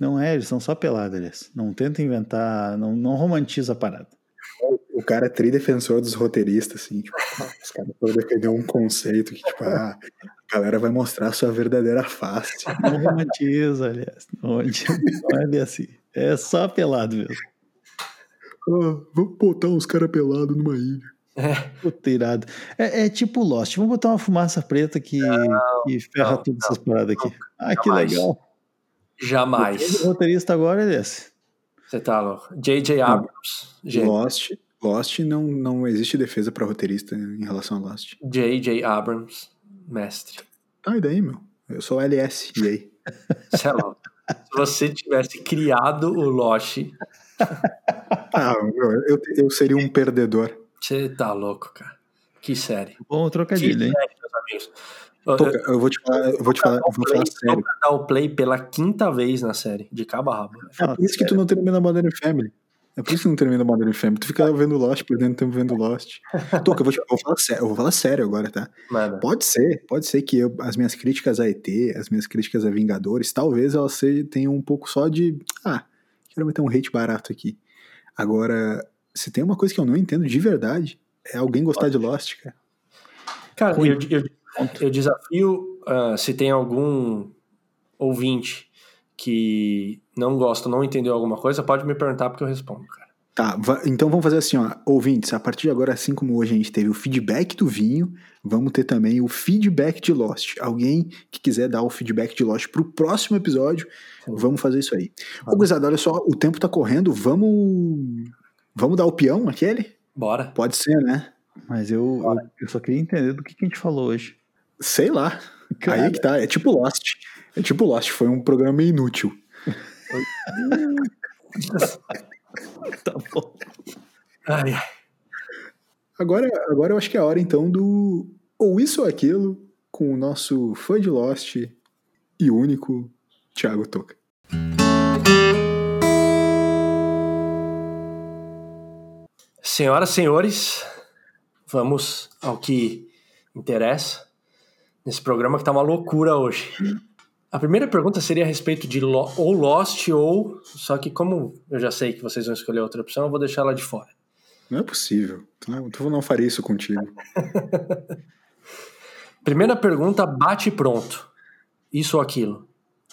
Não é, eles são só pelados, eles. Não tenta inventar, não, não romantiza a parada. O cara é tridefensor dos roteiristas, assim. Tipo, ah, os caras foram defender um conceito que, tipo, ah, a galera vai mostrar a sua verdadeira face. Não romantiza, aliás. Não, romantiza, não é bem assim. É só pelado mesmo. Ah, vamos botar os caras pelados numa ilha. É, Puta irado. É, é tipo Lost. Vamos botar uma fumaça preta que, que ferra não, todas essas paradas aqui. ah, que jamais. legal. O jamais. roteirista agora é desse. Você tá louco. J.J. Abrams. gente. Lost, Lost não, não existe defesa para roteirista em relação a Lost. J.J. Abrams, mestre. Ah, e daí, meu? Eu sou LS, e aí? Sei lá. é Se você tivesse criado o Loshi, Ah, meu, eu, eu seria um perdedor. você tá louco, cara. Que série. Bom trocadilho, hein? Que série, meus amigos. Eu- Toca, eu- eu vou te falar, eu vou te falar, eu vou falar Tô sério. pra dar o play pela quinta vez na série, de cabo a rabo. é Ah, É por isso que tu não termina Modern Family. É por isso que não termina Modern Family. Tu fica vendo Lost, perdendo tempo vendo Lost. Toca, eu vou, te- eu vou falar sério, eu vou falar sério agora, tá? Manda. Pode ser, pode ser que eu- as minhas críticas a ET, as minhas críticas a Vingadores, talvez elas se- tenham um pouco só de. Ah, quero meter um hate barato aqui. Agora, se tem uma coisa que eu não entendo de verdade, é alguém gostar de Lost, cara. Cara, Ruim. eu, eu- eu desafio ah, se tem algum ouvinte que não gosta, não entendeu alguma coisa, pode me perguntar porque eu respondo, cara. Tá, va- então vamos fazer assim, ó. Ouvintes, a partir de agora, assim como hoje a gente teve o feedback do vinho, vamos ter também o feedback de Lost. Alguém que quiser dar o feedback de Lost pro próximo episódio, Sim. vamos fazer isso aí. Ô, Vamos. gurizada, olha só, o tempo tá correndo, vamos. Vamos dar o peão aquele? Bora. Pode ser, né? Mas eu, eu, eu só queria entender do que, que a gente falou hoje. Sei lá. Cara, Aí que tá, é tipo Lost. É tipo Lost, foi um programa inútil. tá bom. Ai, ai. Agora, agora eu acho que é a hora então do Ou Isso ou Aquilo com o nosso fã de Lost e único Thiago Toca. Senhoras e senhores, vamos ao que interessa nesse programa que tá uma loucura hoje. A primeira pergunta seria a respeito de lo- ou Lost ou. Só que, como eu já sei que vocês vão escolher outra opção, eu vou deixar ela de fora. Não é possível. Tu não, tu não faria isso contigo. Primeira pergunta, bate e pronto. Isso ou aquilo?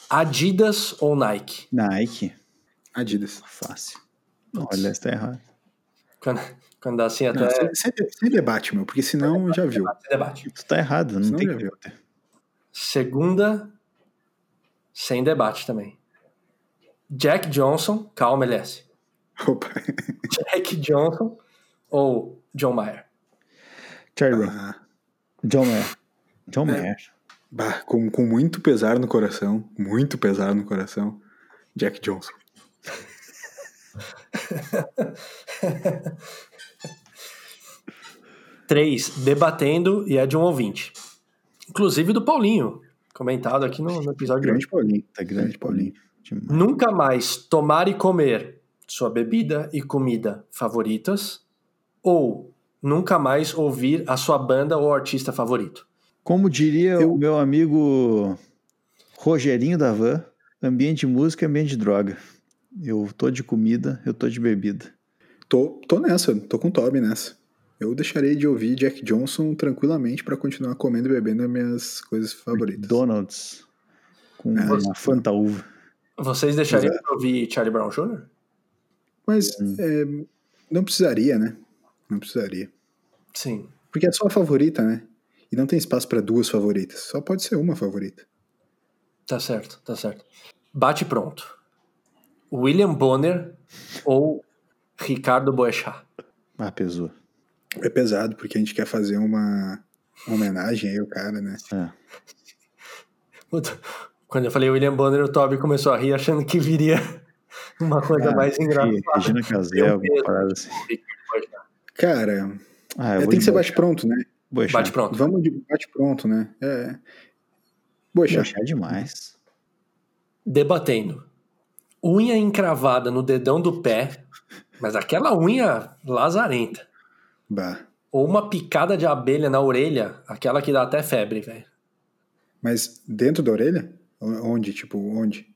Adidas ou Nike? Nike, Tá Adidas. fácil. Olha, tá está errado. Quando, quando dá assim até É. Não, sem, sem de- sem debate, meu, porque senão já viu. debate. Tu tá errado, não Senão tem já que viu. debater. Segunda, sem debate também. Jack Johnson, calma, LS. Opa. Jack Johnson ou John Mayer? Charlie Brown, Ah, John Mayer. John Mayer. bah, com, com muito pesar no coração, muito pesar no coração, Jack Johnson. Três, debatendo e é de um ouvinte. Inclusive do Paulinho, comentado aqui no, no episódio de hoje. Grande Paulinho. Tá grande, Paulinho. Demais. Nunca mais tomar e comer sua bebida e comida favoritas ou nunca mais ouvir a sua banda ou artista favorito. Como diria Eu- o meu amigo Rogerinho da Van, ambiente de música é ambiente de droga. Eu tô de comida, eu tô de bebida. Tô, tô nessa, tô com o Toby nessa. Eu deixarei de ouvir Jack Johnson tranquilamente pra continuar comendo e bebendo as minhas coisas favoritas. Donuts com É, uma Fanta Uva. Vocês deixariam de ouvir Charlie Brown Jr.? Mas é, não precisaria, né? Não precisaria. Sim. Porque é só a favorita, né? E não tem espaço pra duas favoritas. Só pode ser uma favorita. Tá certo, tá certo. Bate pronto. William Bonner ou Ricardo Boechat? Ah, pesou. É pesado, porque a gente quer fazer uma, uma homenagem aí ao cara, né? É. Puta, Quando eu falei William Bonner, o Toby começou a rir achando que viria uma coisa Ah, mais engraçada. E Regina Casé, alguma peso. parada assim. Cara, Ah, é, eu vou tem que de ser Boechat. bate-pronto, né? Boechat. Bate pronto. Vamos de bate-pronto, né? É. Boixá. Boechat é demais. debatendo. Unha encravada no dedão do pé, mas aquela unha lazarenta. Bah. Ou uma picada de abelha na orelha, aquela que dá até febre, velho. Mas dentro da orelha? O- Onde? Tipo, onde?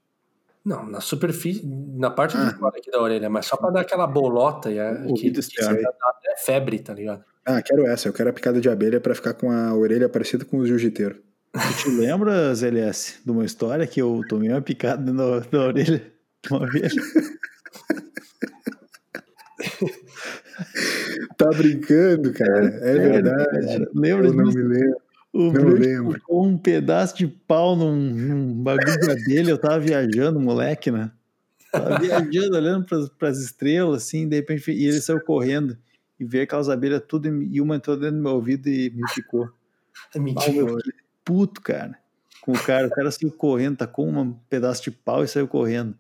Não, na superfície, na parte Ah. de fora aqui da orelha, mas só pra dar aquela bolota e a, que, Ouvido que externo. dá até febre, tá ligado? Ah, quero essa. Eu quero a picada de abelha pra ficar com a orelha parecida com o jiu-jiteiro. Tu te lembras, LS, de uma história que eu tomei uma picada na, na orelha de uma vez? Tá brincando, cara. É verdade. Cara, Lembra Eu não disso? me lembro. O Não Bruno lembro. ficou um pedaço de pau num, num bagulho de abelha. Eu tava viajando, moleque, né? Tava viajando, olhando pras, pras estrelas, assim, de repente. E ele saiu correndo e veio aquelas abelhas tudo e uma entrou dentro do meu ouvido e me picou. É Ah, mentira. meu, eu fiquei puto, cara. Com o cara, o cara saiu correndo, tacou um pedaço de pau e saiu correndo.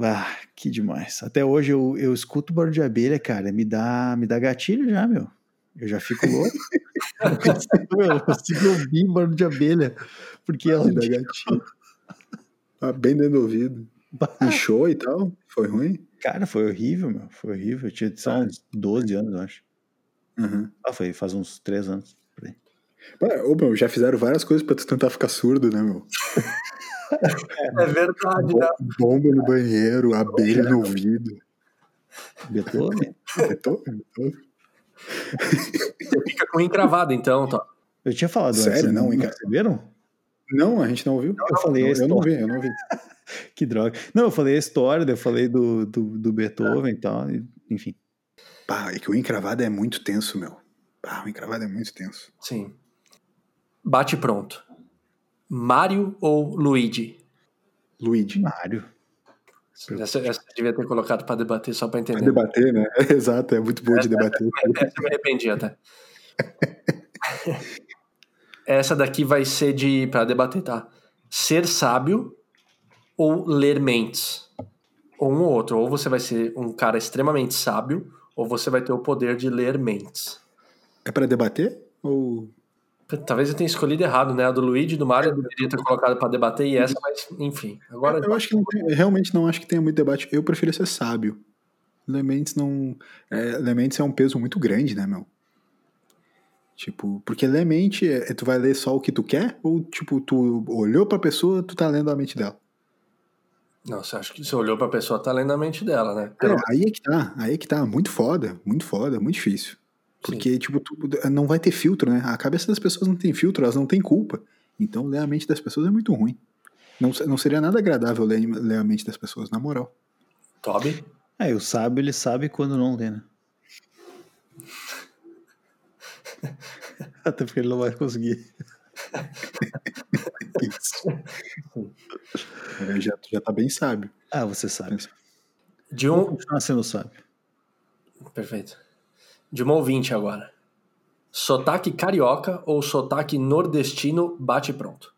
Ah, que demais. Até hoje eu, eu escuto barulho de abelha, cara. Me dá, me dá gatilho já, meu. Eu já fico louco. eu, consigo, eu consigo ouvir barulho de abelha. Porque ela Me dá gatinho. Ah, Tá bem dentro do ouvido. Inchou e tal? Foi ruim? Cara, foi horrível, meu. Foi horrível. Eu tinha só Ah. uns 12 anos, eu acho. Aham. Ah, foi faz uns 3 anos. por aí. Pá, Ô, meu, já fizeram várias coisas pra tu tentar ficar surdo, né, meu? É verdade, né? Bomba no banheiro, abelha no ouvido. É Beethoven. Eu tô- eu tô- Você fica com encravado, então, Tó. Eu tinha falado antes. Sério? né? Não, hein, cara? perceberam? Não, a gente não ouviu. eu falei a eu, não história. vi, eu não vi. Que droga. Não, eu falei a história, daí eu falei do, do, do Beethoven e tal. e- Enfim. Pá, é que o encravado é muito tenso, meu. Pá, o encravado é muito tenso. Sim. Bate e pronto. Mario ou Luigi? Luigi. Mário. Essa, essa eu devia ter colocado pra debater só Pra pra entender. debater, né? Exato, é muito bom de debater. Essa eu me arrependi até. Essa daqui vai ser de. pra debater, tá? Ser sábio ou ler mentes? Ou um ou outro. Ou você vai ser um cara extremamente sábio, ou você vai ter o poder de ler mentes. É pra debater? Ou. Talvez eu tenha escolhido errado, né? A do Luigi, do Mario, eu deveria ter colocado pra debater e essa, mas enfim. Agora Eu acho que não tem- eu realmente não acho que tenha muito debate. Eu prefiro ser sábio. Lementes não. É, Lementes é um peso muito grande, né, meu? Tipo, porque lemente, é, tu vai ler só o que tu quer? Ou, tipo, tu olhou pra pessoa, tu tá lendo a mente dela? Não, você acha que você olhou pra pessoa, tá lendo a mente dela, né? Cara, aí é que tá, aí é que tá. Muito foda, muito foda, muito difícil. Porque, tipo, tu, não vai ter filtro, né? A cabeça das pessoas não tem filtro, elas não têm culpa. Então, ler a mente das pessoas é muito ruim. Não, se- não seria nada agradável ler, ler a mente das pessoas, na moral. Toby? É, e o sábio, ele sabe quando não lê, né? Até porque ele não vai conseguir. É, já, já tá bem sábio. Ah, você sabe. De um. Continua sendo sábio. Perfeito. De um ouvinte agora. Sotaque carioca ou sotaque nordestino bate pronto?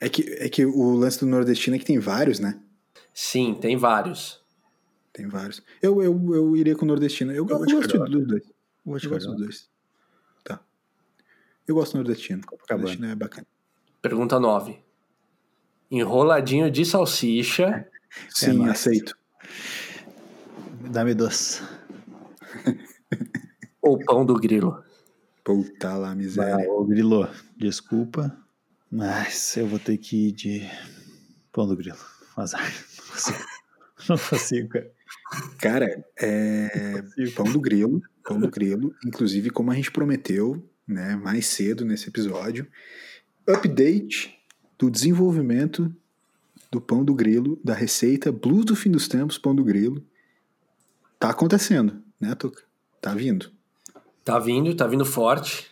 É que, é que o lance do nordestino é que tem vários, né? Sim, tem vários. Tem vários. Eu, eu, eu iria com o nordestino. Eu, eu vou de gosto carioca. dos dois. Vou Eu gosto dos dois. Tá. Eu gosto do nordestino. O Copacabana. nordestino é bacana. Pergunta 9. Enroladinho de salsicha Sim, nóis. aceito. Dá-me doce. ou pão do grilo? Puta lá, miséria. Ah, ô, Grilo, desculpa, mas eu vou ter que ir de pão do grilo. Azar. Não consigo, não consigo cara. Cara, é pão do grilo, pão do grilo, inclusive como a gente prometeu, né, mais cedo nesse episódio, update do desenvolvimento do pão do grilo, da receita Blues do fim dos tempos, pão do grilo, tá acontecendo, né, Tuca? Tá vindo. Tá vindo, tá vindo forte.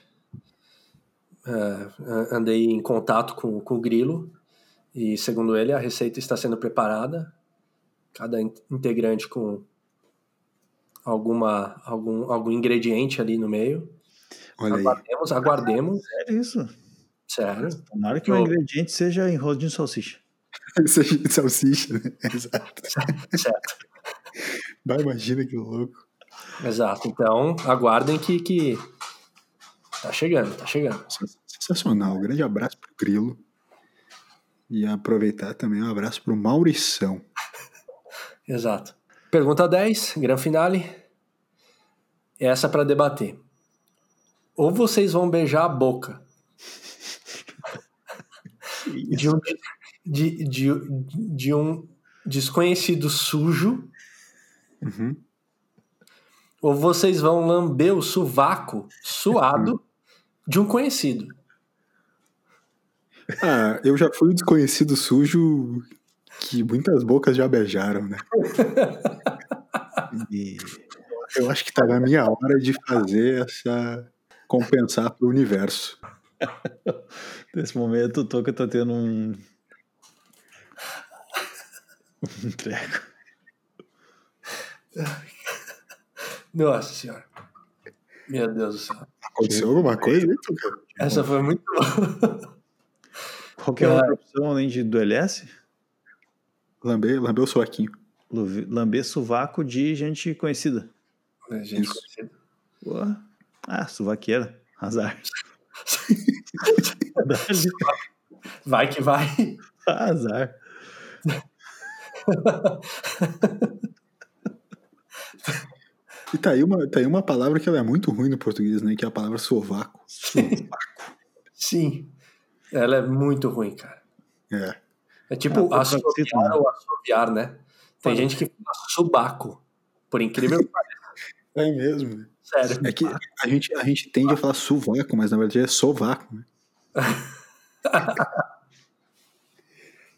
É, a- andei em contato com, com o Grilo e, segundo ele, a receita está sendo preparada. Cada in- integrante com alguma, algum, algum ingrediente ali no meio. Olha aí. aguardemos, aguardemos. Sério É isso? Sério? Tomara que o Eu- ingrediente seja enroladinho de salsicha. Salsicha, né? Exato. Certo. Vai, imagina que louco. Exato. Então, aguardem que, que tá chegando, tá chegando. Sensacional. Grande abraço pro grilo. E aproveitar também um abraço pro Maurição. Exato. Pergunta 10, gran finale. Essa para debater. Ou vocês vão beijar a boca de um, de, de, de um desconhecido sujo, Uhum. ou vocês vão lamber o sovaco suado de um conhecido. Ah, eu já fui o desconhecido sujo que muitas bocas já beijaram, né? E- Eu acho que tá na minha hora de fazer essa compensar pro universo. Nesse momento, o Toca tá tendo um. Um treco. Nossa senhora. Meu Deus do céu. Aconteceu alguma coisa aí, Tuca? Essa foi muito boa. Qualquer Ah. outra opção além de, do LS? Lambei, lambei o sovaquinho. Luv- Lamber sovaco de gente conhecida. né, Gente, Isso. conhecida. Boa. Ah, suvaqueira. Azar. Dá-lhe. Vai que vai. Azar. E tá aí, uma, tá aí uma palavra que ela é muito ruim no português, né? Que é a palavra sovaco. Sim. Ela é muito ruim, cara. É. É Ah, tipo foi assoviar francês, ou assoviar, né? Tem gente que fala subaco. Por incrível que pareça, É mesmo. né? sério. É que a gente, a gente tende a falar sovaco, mas na verdade é sovaco, né?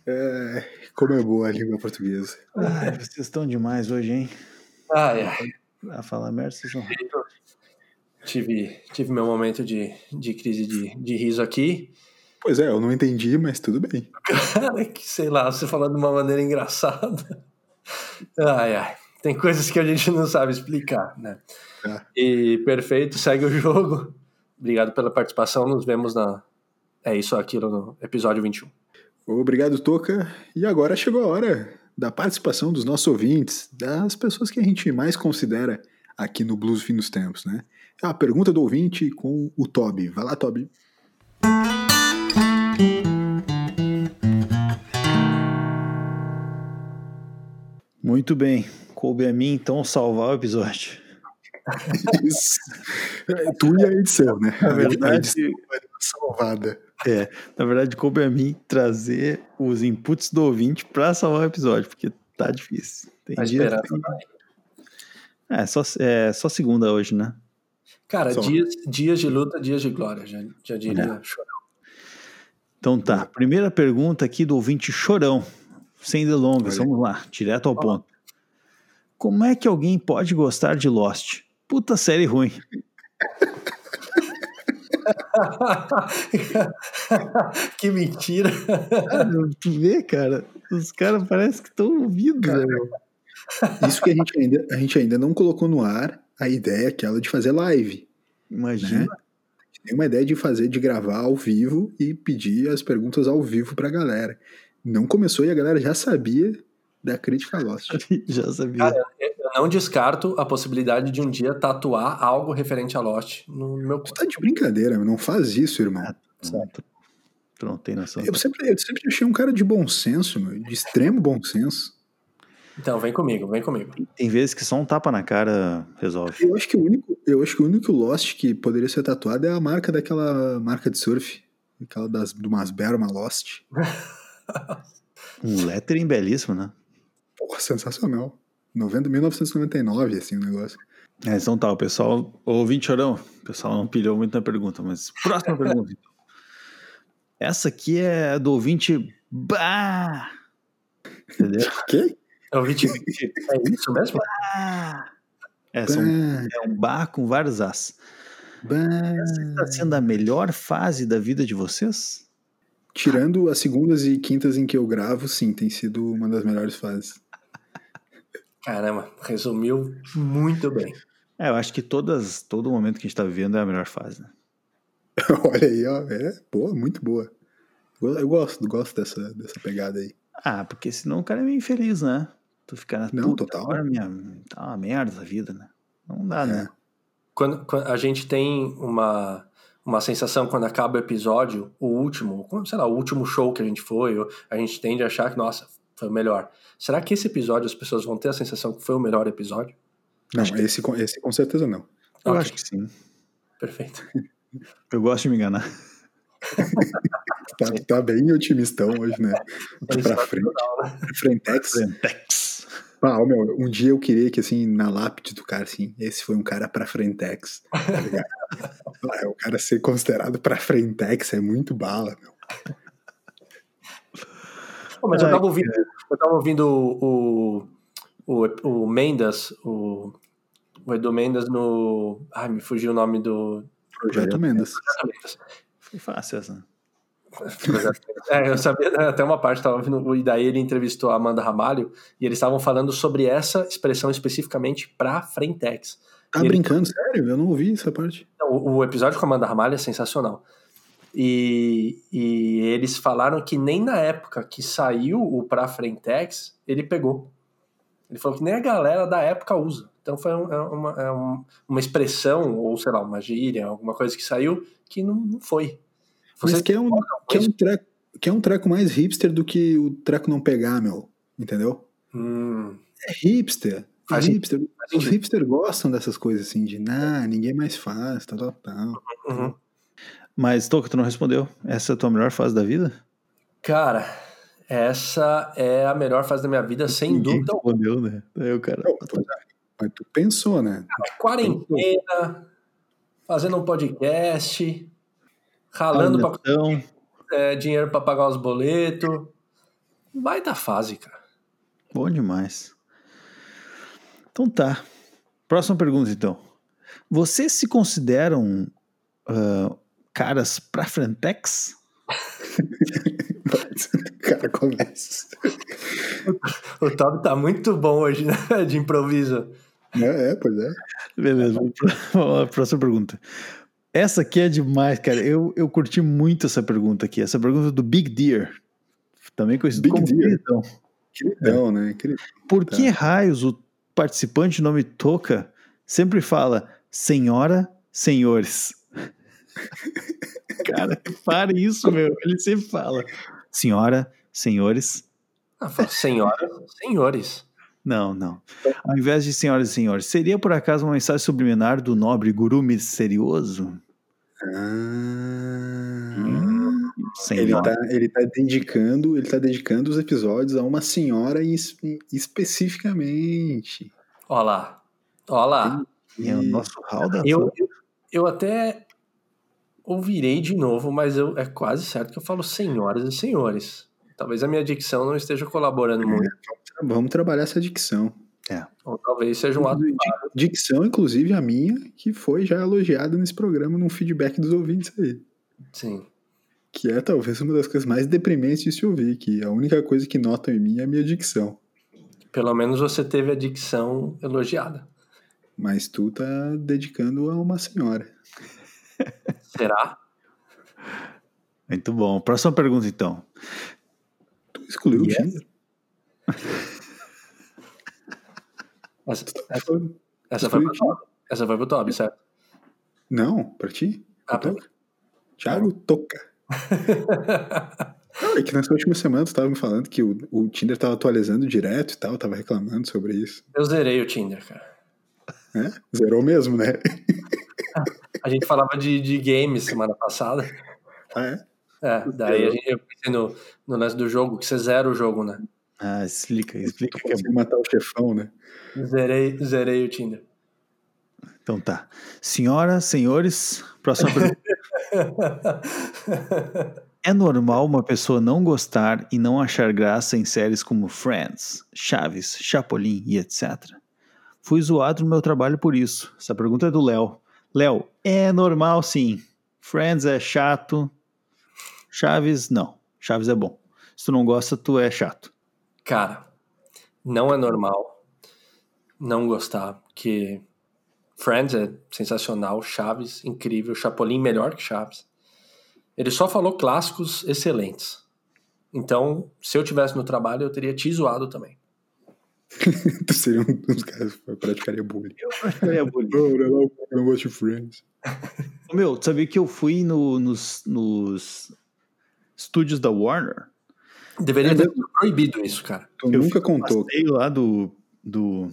É, como é boa a língua portuguesa. Ai, vocês estão demais hoje, hein? Ai, ai. A falar merda, vocês são. Tive, tive meu momento de, de crise de, de riso aqui. Pois é, eu não entendi, mas tudo bem. Cara, É que sei lá, você falando de uma maneira engraçada. Ai, ai. Tem coisas que a gente não sabe explicar, né? Tá. E perfeito, segue o jogo. Obrigado pela participação. Nos vemos na. É isso, aquilo no episódio 21. Obrigado, Toca. E agora chegou a hora da participação dos nossos ouvintes, das pessoas que a gente mais considera aqui no Blues Fim dos Tempos, né? A pergunta do ouvinte com o Toby. Vai lá, Toby. Muito bem. Coube a mim, então, salvar o episódio. Isso. É, tu e a edição, né? Na A É verdade, edição vai dar uma salvada. É, na verdade, coube a mim trazer os inputs do ouvinte pra salvar o episódio, porque tá difícil. Tem Tá dia que esperando. tem- É, só, é só segunda hoje, né? Cara, Só. dias, dias de luta, dias de glória, já, já diria. Então tá, Hum. primeira pergunta aqui do ouvinte Chorão. Sem delongas, Olha. vamos lá, direto ao ponto. Como é que alguém pode gostar de Lost? Puta série ruim. que mentira. Ah, Tu vê, cara, os caras parecem que estão ouvindo, né? Isso que a gente, ainda, a gente ainda não colocou no ar a ideia é aquela de fazer live. Imagina. né? Tem uma ideia de fazer, de gravar ao vivo e pedir as perguntas ao vivo pra galera. Não começou e a galera já sabia da crítica Lost. Já sabia. Cara, Eu não descarto a possibilidade de um dia tatuar algo referente a Lost no meu Tu tá de brincadeira, meu, não faz isso, irmão. Ah, Pronto. Pronto, tem noção. Eu sempre, eu sempre achei um cara de bom senso, meu, de extremo bom senso. Então, vem comigo, vem comigo. Tem vezes que só um tapa na cara resolve. Eu acho que o único, eu acho que o único Lost que poderia ser tatuado é a marca daquela marca de surf, aquela das do Masbero, uma Lost. Um lettering belíssimo, né? Porra, sensacional. 90, 1999, assim, o negócio. É, então tá, o pessoal. O ouvinte chorão, o pessoal não pilhou muito na pergunta, mas próxima pergunta. então. Essa aqui é do ouvinte. Bah! Entendeu? Que? Eu vi, tipo, é isso mesmo? Bah! É, são- Bah, é um bar com vários as. bah. Está sendo a melhor fase da vida de vocês? Tirando as segundas e quintas em que eu gravo, sim, tem sido uma das melhores fases. Caramba, resumiu muito bem. É, eu acho que todas, todo momento que a gente tá vivendo é a melhor fase, né? Olha aí, ó. É, boa, muito boa. Eu, eu gosto, gosto dessa, dessa pegada aí. Ah, porque senão o cara é meio infeliz, né? Tu ficar na Não, puta, total. Agora minha, tá uma merda a vida, né? Não dá, né? Quando, quando a gente tem uma, uma sensação quando acaba o episódio, o último, quando, sei lá, o último show que a gente foi, ou a gente tende a achar que, nossa, foi o melhor. Será que esse episódio as pessoas vão ter a sensação que foi o melhor episódio? Não, Acho esse, com- esse com certeza não. Eu É, Ok, acho que sim. Perfeito. Eu gosto de me enganar. Tá, tá bem otimistão hoje, né? Pra frente. Frentex. Frentex. Ah, ô, meu, um dia eu queria que, assim, na lápide do cara, assim, esse foi um cara pra Frentex. Tá ligado? Ah, o cara ser considerado pra Frentex é muito bala, meu. Pô, mas eu Ai, tava ouvindo, eu tava ouvindo o, o, o, o Mendes, o, o Edu Mendes no. Ai, me fugiu o nome do. Projeto Mendes. Projeto Mendes. Foi fácil essa. É, eu sabia, né, até uma parte estava ouvindo, e daí ele entrevistou a Amanda Ramalho, e eles estavam falando sobre essa expressão especificamente pra Frentex. Tá Ele- brincando, sério? Eu não ouvi essa parte. Então, o, o episódio com a Amanda Ramalho é sensacional. E, e eles falaram que nem na época que saiu o pra Frentex, ele pegou. Ele falou que nem a galera da época usa. Então foi um- é uma, é um- uma expressão, ou sei lá, uma gíria, alguma coisa que saiu que não, não foi. Mas que é um, concordam com que é isso? um treco, que é um treco mais hipster do que o treco não pegar, meu. Entendeu? Hum, É hipster. É Faz sentido. hipster. faz Os sentido. hipsters gostam dessas coisas assim, de nah, ninguém mais faz, tal, tal, tal. Uhum. Mas, Toca, tu não respondeu. Essa é a tua melhor fase da vida? Cara, essa é a melhor fase da minha vida, sem Ninguém dúvida. Então, respondeu, né? Aí o cara. Não, pois é. Mas tu pensou, né? Quarentena, fazendo um podcast, ralando pra Então, é, dinheiro para pagar os boletos. Vai da fase, cara. bom demais. Então tá. Próxima pergunta, então. Vocês se consideram ah, caras pra frentex? O cara começa. O Tobi tá muito bom hoje, né? De improviso. É, é, pois é. Beleza, vamos pra- vamos lá, próxima pergunta. Essa aqui é demais, cara. Eu, eu curti muito essa pergunta aqui. Essa pergunta do Big Deer. Também conhecido Big como Deer. Queridão. Queridão, né? Queridão. Por Tá. que raios o participante nome Toca sempre fala senhora, senhores? Cara, para isso, meu. Ele sempre fala senhora, senhores. Ah, fala, Senhoras, senhores. Não, não. Ao invés de senhoras e senhores, seria por acaso uma mensagem subliminar do nobre guru misterioso? Hum, Ah, ele, Senhora. tá, ele tá dedicando, ele tá dedicando os episódios a uma senhora em es- em- especificamente. Olha lá. Olha lá. É o nosso hall da Eu, eu, eu até ouvirei de novo, mas eu, é quase certo que eu falo senhoras e senhores. Talvez a minha dicção não esteja colaborando muito. Vamos trabalhar essa dicção. Ou talvez seja um ato. Di- Dicção, inclusive, a minha, que foi já elogiada nesse programa num feedback dos ouvintes aí. Sim. Que é talvez uma das coisas mais deprimentes de se ouvir, que a única coisa que notam em mim é a minha dicção. Pelo menos você teve a dicção elogiada. Mas tu tá dedicando a uma senhora. Será? Muito bom. Próxima pergunta, então. Tu excluiu Yes. o Tinder. Essa, essa, Foi- essa foi excluiu pro o Tinder. Tobi. Essa foi pro Tobi, certo? Não, pra ti? Ah, pra- Toca. Thiago Toca. Não, é que nessa última semana tu tava me falando que o, o Tinder tava atualizando direto e tal, tava reclamando sobre isso. eu zerei o Tinder, cara. né? Zerou mesmo, né? A gente falava de, de games semana passada. Ah, é? É, daí a gente, eu pensei no, no lance do jogo, que você zera o jogo, né? Ah, explica, explica. Tu Que é... conseguiu matar o chefão, né? Zerei, zerei o Tinder. Então tá. Senhora, senhores, próxima pergunta. É normal uma pessoa não gostar e não achar graça em séries como Friends, Chaves, Chapolin e etc. Fui zoado no meu trabalho por isso. Essa pergunta é do Léo. Léo, é normal sim. Friends é chato. Chaves, não. Chaves é bom. Se tu não gosta, tu é chato. Cara, não é normal não gostar, porque Friends é sensacional, Chaves, incrível, Chapolin melhor que Chaves. Ele só falou clássicos excelentes. Então, se eu tivesse no trabalho, eu teria te zoado também. Tu seria um dos caras que praticaria bullying. É bonito. Pô, olha lá, o cara não gosta de Friends. Ô, Meu, tu sabia que eu fui no- nos, nos estúdios da Warner? Deveria É ter proibido isso, cara. Tu Eu nunca fiz um contou. Passeio lá do, do,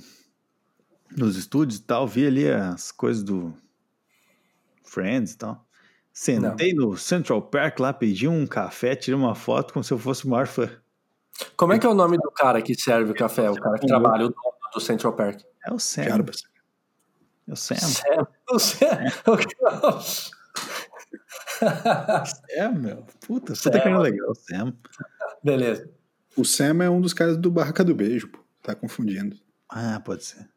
nos estúdios e tal, vi ali as coisas do Friends e tal. Sentei no Central Park lá, pedi um café, tirei uma foto como se eu fosse o maior fã. Como é que é o nome do cara que serve o café? O cara que trabalha, o dono do Central Park. É o Sam. Jarbas. É o Sam. Sam. O Sam. O Klaus. É, meu. Puta, Sam. puta cara legal, Sam. Beleza. O Sam é um dos caras do Barraca do Beijo, pô. Tá confundindo. Ah, pode ser.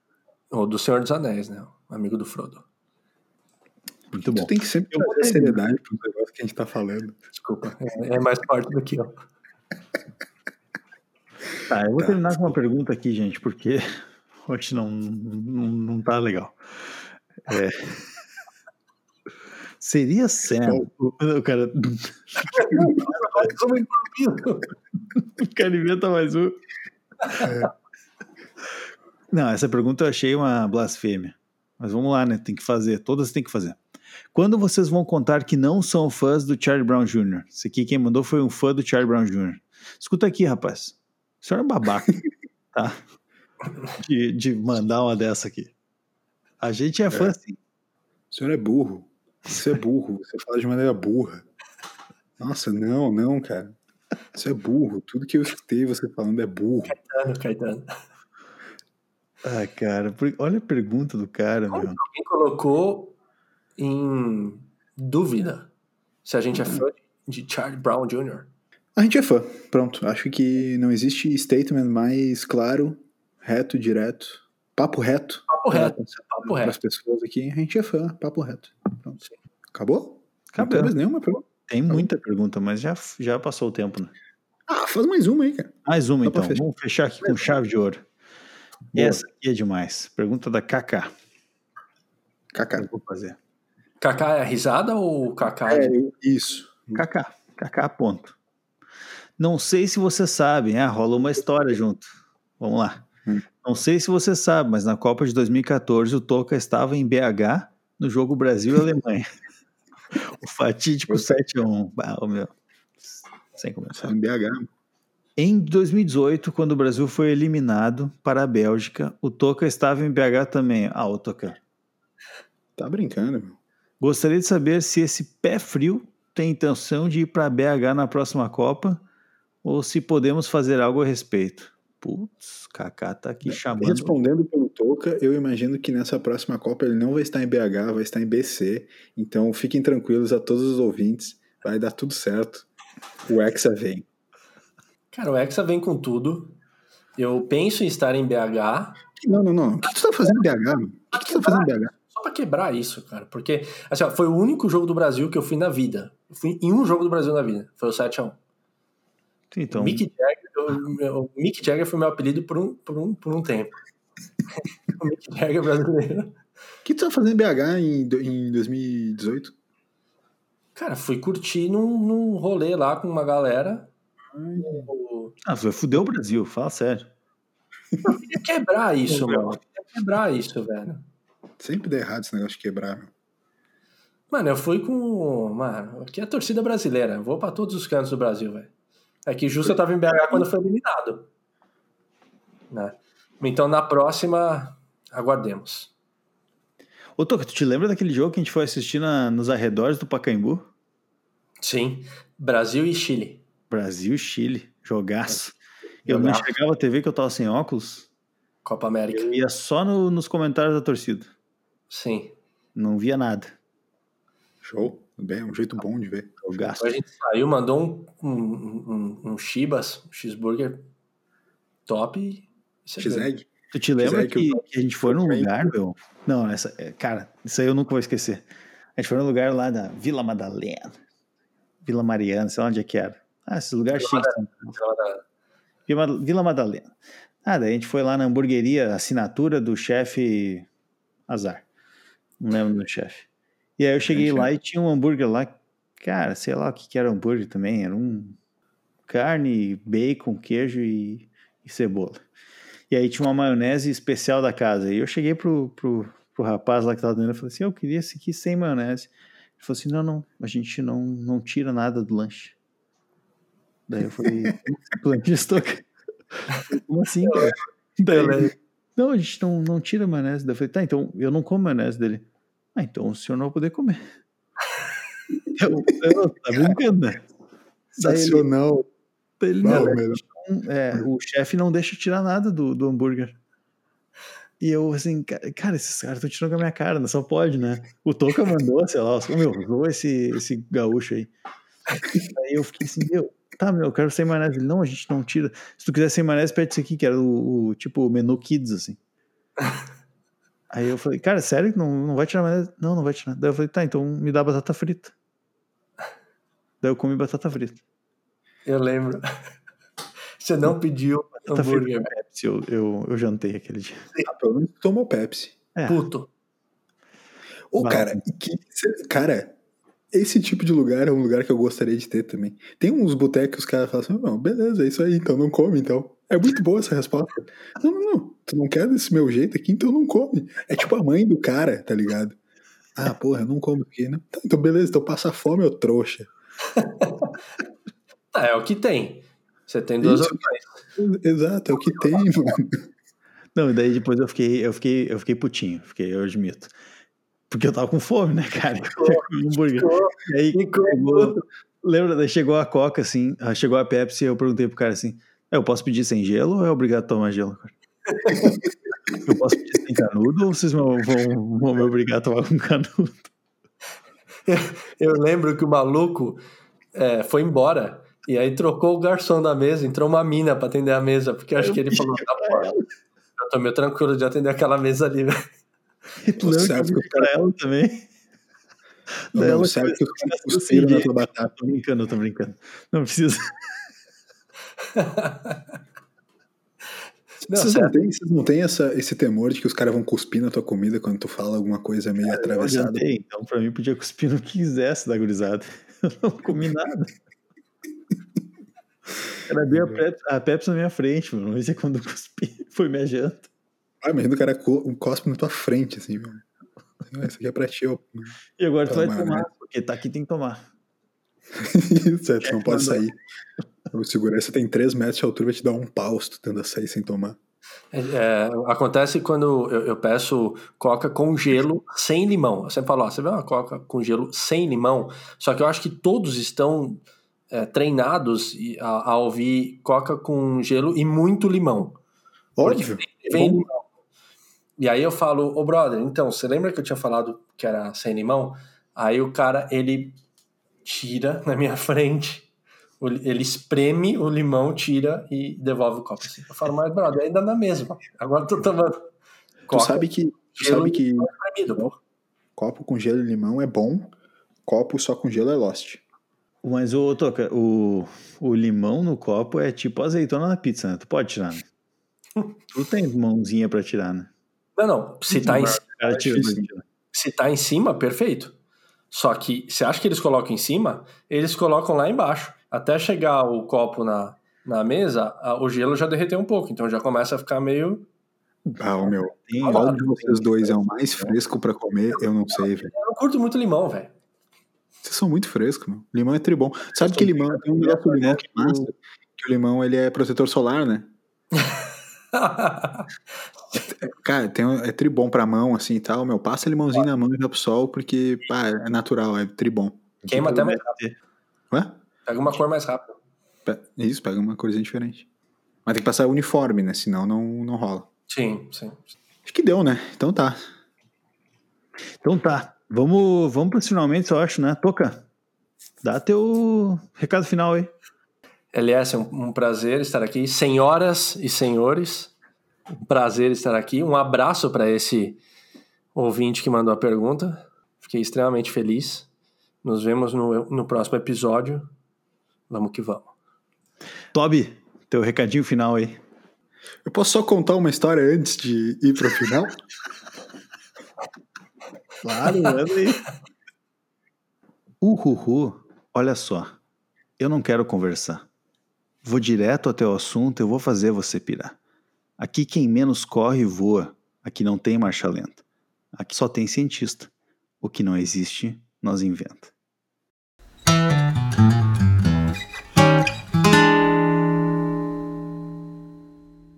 Ou do Senhor dos Anéis, né? O Amigo do Frodo. Muito bom. Tu tem que sempre Eu vou trazer ter- seriedade pro negócio que a gente tá falando. Desculpa. É é mais forte do que eu. Tá, eu vou Tá. terminar com uma pergunta aqui, gente, porque hoje não, não, não tá legal. É. Seria Sam. O cara, o Mais um improviso. cara inventa mais um. É. Não, essa pergunta eu achei uma blasfêmia. Mas vamos lá, né? Tem que fazer. Todas tem que fazer. Quando vocês vão contar que não são fãs do Charlie Brown Jr.? Esse aqui quem mandou foi um fã do Charlie Brown Jr. Escuta aqui, rapaz. O senhor é um babaca. tá? De, de mandar uma dessa aqui. A gente é, fã, sim. O senhor é burro. Você é burro. Você fala de maneira burra. Nossa, não, não, cara. Você é burro. Tudo que eu escutei você falando é burro. Caetano, Caetano. Ah, cara, por- olha a pergunta do cara, meu. Alguém colocou em dúvida se a gente é fã de Charlie Brown Jr. A gente é fã. Pronto. Acho que não existe statement mais claro, reto, direto. Papo reto. Papo reto, papo Para É, as reto. pessoas aqui, a gente é fã. Papo reto. Pronto. Sim. Acabou? Não Acabou. tem mais nenhuma pergunta. Tem muita pergunta, mas já, já passou o tempo, né? Ah, faz mais uma aí, cara. Mais uma, Só pra então. fechar. Vamos fechar aqui com chave de ouro. Boa. Essa aqui é demais. Pergunta da Kaká. Eu Kaká. vou fazer. Kaká é risada ou Kaká É, é... eu- isso. Kaká. Kaká, ponto. Não sei se vocês sabem. Ah, rolou uma história junto. Vamos lá. Hum. Não sei se você sabe, mas na Copa de 2014 o Toca estava em BH no jogo Brasil e Alemanha. o tipo, fatídico 7x1. Bah, um. Ah, ô, meu. Sem Só começar. em BH. Em 2018, quando o Brasil foi eliminado para a Bélgica, o Toca estava em BH também. Ah, o Toca. Tá brincando, meu. Gostaria de saber se esse pé frio tem intenção de ir para BH na próxima Copa ou se podemos fazer algo a respeito. Putz, Kaká tá É, aqui chamando. Respondendo pelo Toca, eu imagino que nessa próxima Copa ele não vai estar em BH, vai estar em BC. Então fiquem tranquilos a todos os ouvintes, vai dar tudo certo. O Hexa vem. Cara, o Hexa vem com tudo. Eu penso em estar em BH, Não, não, não. O que tu tá fazendo em BH? mano? O que tu tá fazendo em BH? Só pra quebrar isso, cara. Porque, assim, ó, foi o único jogo do Brasil que eu fui na vida. Eu fui em um jogo do Brasil na vida. Foi o 7x1. Então, Mick Jagger, eu- eu- Mick Jagger foi meu apelido por um, por um, por um tempo. o Mick Jagger brasileiro. O que tu tá fazendo em BH em, do- em 2018? Cara, fui curtir num, num rolê lá com uma galera. Eu ah, vai fuder o Brasil, fala sério. queria quebrar isso, mano. Eu queria quebrar isso, velho. Sempre dá errado esse negócio de quebrar, meu. Mano, eu fui com. Mano, aqui é a torcida brasileira. Eu Vou pra todos os cantos do Brasil, velho. É que justo eu tava em BH quando foi eliminado. Né? Então na próxima, aguardemos. Ô, Toca, tu te lembra daquele jogo que a gente foi assistir na- nos arredores do Pacaembu? Sim, Brasil e Chile. Brasil, e Chile, jogaço. Eu não Jogaço. enxergava a TV que eu tava sem óculos. Copa América. Eu ia só no- nos comentários da torcida. Sim. Não via nada. Show. Bem, é um jeito bom de ver. Jogaço. Depois Então, a gente saiu, mandou um, um, um, um Chibas, um cheeseburger top. e- Tá X-Egg. Tu te lembra Quiser que que, eu- um que a gente foi num bem. lugar, meu? Não, essa, é, cara, isso aí eu nunca vou esquecer. A gente foi num lugar lá da Vila Madalena, Vila Mariana, sei lá onde é que era. Ah, esse lugar Vila chique. Vila, Vila Madalena. Ah, daí a gente foi lá na hamburgueria, assinatura do chefe Azar. Não lembro do chefe. E aí eu cheguei lá e tinha um hambúrguer lá, cara, sei lá o que, que era hambúrguer também. Era um carne, bacon, queijo e, e cebola. E aí tinha uma maionese especial da casa. E eu cheguei pro, pro, pro rapaz lá que tava dentro e falei assim: eu queria esse aqui sem maionese. Ele falou assim: não, não, a gente não, não tira nada do lanche. Daí eu falei: planista, como assim, cara? Daí ele, não, a gente não, não tira maionese. Daí eu falei, tá, então eu não como maionese dele. Ah, então o senhor não vai poder comer. Eu, eu, tá brincando, né? Daí ele, Sensacional. daí ele, Não, não, melhor. é, o chefe não deixa eu tirar nada do, do hambúrguer. E eu assim, ca- cara, esses caras estão tirando com a minha cara, não só pode, né? O Toca mandou, sei lá, o meu, vou esse, esse gaúcho aí. Aí eu fiquei assim, meu, tá, meu, eu quero sem maionese. Ele, não, a gente não tira. Se tu quiser sem maionese, pede isso aqui, que era o, o, tipo o menu kids, assim. Aí eu falei, cara, sério que não, não vai tirar maionese? Não, não vai tirar. Daí eu falei, tá, então me dá batata frita. Daí eu comi batata frita. Eu lembro. Você não pediu Batata frita hambúrguer, com Pepsi, eu, eu, eu jantei aquele dia. Ah, pelo menos tu tomou Pepsi. É. puto. Ô, Vai. cara, e que, cê- cara, esse tipo de lugar é um lugar que eu gostaria de ter também. Tem uns botecos que os caras falam assim, não, beleza, é isso aí, então não come, então. É muito boa essa resposta. Não, não, não, tu não quer desse meu jeito aqui, então não come. É tipo a mãe do cara, tá ligado? Ah, porra, eu não como aqui, né? Tá, então beleza, então passa fome, ô trouxa. Tá, é o que tem. Você tem duas Isso. opções. Exato, é o que tem, mano. Não, e daí depois eu fiquei, eu fiquei, eu fiquei putinho, fiquei, eu admito. Porque eu tava com fome, né, cara? Eu queria comer um hambúrguer. E aí chegou, lembra, daí chegou a Coca, assim, ah, chegou a Pepsi, eu perguntei pro cara assim: eu posso pedir sem gelo ou é obrigado a tomar gelo, cara? Eu posso pedir sem canudo ou vocês vão, vão- vão me obrigar a tomar com canudo? Eu lembro que o maluco é, foi embora e aí trocou o garçom da mesa, entrou uma mina pra atender a mesa, porque eu acho que ele falou: tá bom, eu tô meio tranquilo de atender aquela mesa ali. velho." E tu lembra que eu Certo. pedi pra ela também? Daí Não, ela sabe que os caras começou a cuspiram na seguir. tua batata. Tô brincando, eu tô brincando. Não precisa. Não, vocês, sério, não têm, vocês não têm essa, esse temor de que os caras vão cuspir na tua comida quando tu fala alguma coisa meio Eu atravessada? adiantei, então pra mim podia cuspir no que quisesse da gurizada. Eu não comi nada. Era bem a Pepsi, a Pepsi na minha frente, mano. Mas é quando eu cuspi, foi minha janta. Ah, imagina o cara co- um cospe na tua frente, assim, meu. Ah, Isso aqui é pra ti, ó. E agora tu vai Tomar, tomar, né? porque tá aqui tem que tomar. Certo, é, tu não pode sair. O segurança tem 3 metros de altura, vai te dar um pau se tu tenta sair sem tomar. é, acontece quando eu, eu peço coca com gelo sem limão. Eu sempre falo: ó, você vê uma coca com gelo sem limão? Só que eu acho que todos estão é, treinados e- a, a ouvir coca com gelo e muito limão. Óbvio. vem Bom. limão. E aí eu falo, ô brother, então, você lembra que eu tinha falado que era sem limão? Aí o cara, ele tira na minha frente, o- ele espreme o limão, tira e devolve o copo. assim. Eu falo, mas brother, ainda na mesma. Agora eu tô tomando Tu coca sabe que, tu Gelo sabe que espremido, pô. copo com gelo e limão é bom, copo só com gelo é lost. Mas o Toca, o, o limão no copo é tipo azeitona na pizza, né? Tu pode tirar, né? Tu tem mãozinha pra tirar, né? Não, não, Uhum. se tá, em, O cara tira, mas difícil. tira. se tá em cima, perfeito. Só que, você acha que eles colocam em cima? Eles colocam lá embaixo. Até chegar o copo na, na mesa, a- o gelo já derreteu um pouco, então já começa a ficar meio Ah, o meu. Tem, Qual de vocês dois é o mais fresco pra comer? Eu não sei, velho. Eu não curto muito limão, velho. Vocês são muito frescos, meu. Limão é tribom. Sabe que limão tem um negócio do limão que é massa? Que o limão ele é protetor solar, né? Cara, tem um, é tribom pra mão, assim e tal, meu. Passa limãozinho na mão e dá pro sol, porque, pá, é natural, é tribom. Queima até mais rápido. Ué? Pega uma cor mais rápido. Pe- é Isso, pega uma corzinha diferente. Mas tem que passar uniforme, né? Senão não, não rola. Sim, sim. Acho que deu, né? Então tá. Então tá, vamos, vamos para os finalmente, eu acho, né? Toca, dá teu recado final aí. LS, é um, um prazer estar aqui. Senhoras e senhores, um prazer estar aqui. Um abraço para esse ouvinte que mandou a pergunta. Fiquei extremamente feliz. Nos vemos no, no próximo episódio. Vamos que vamos. Toby, teu recadinho final aí. Eu posso só contar uma história antes de ir pro final? Claro, manda aí. Uhuhu, olha só, eu não quero conversar. Vou direto até o assunto, eu vou fazer você pirar. Aqui quem menos corre voa, aqui não tem marcha lenta. Aqui só tem cientista. O que não existe, nós inventa.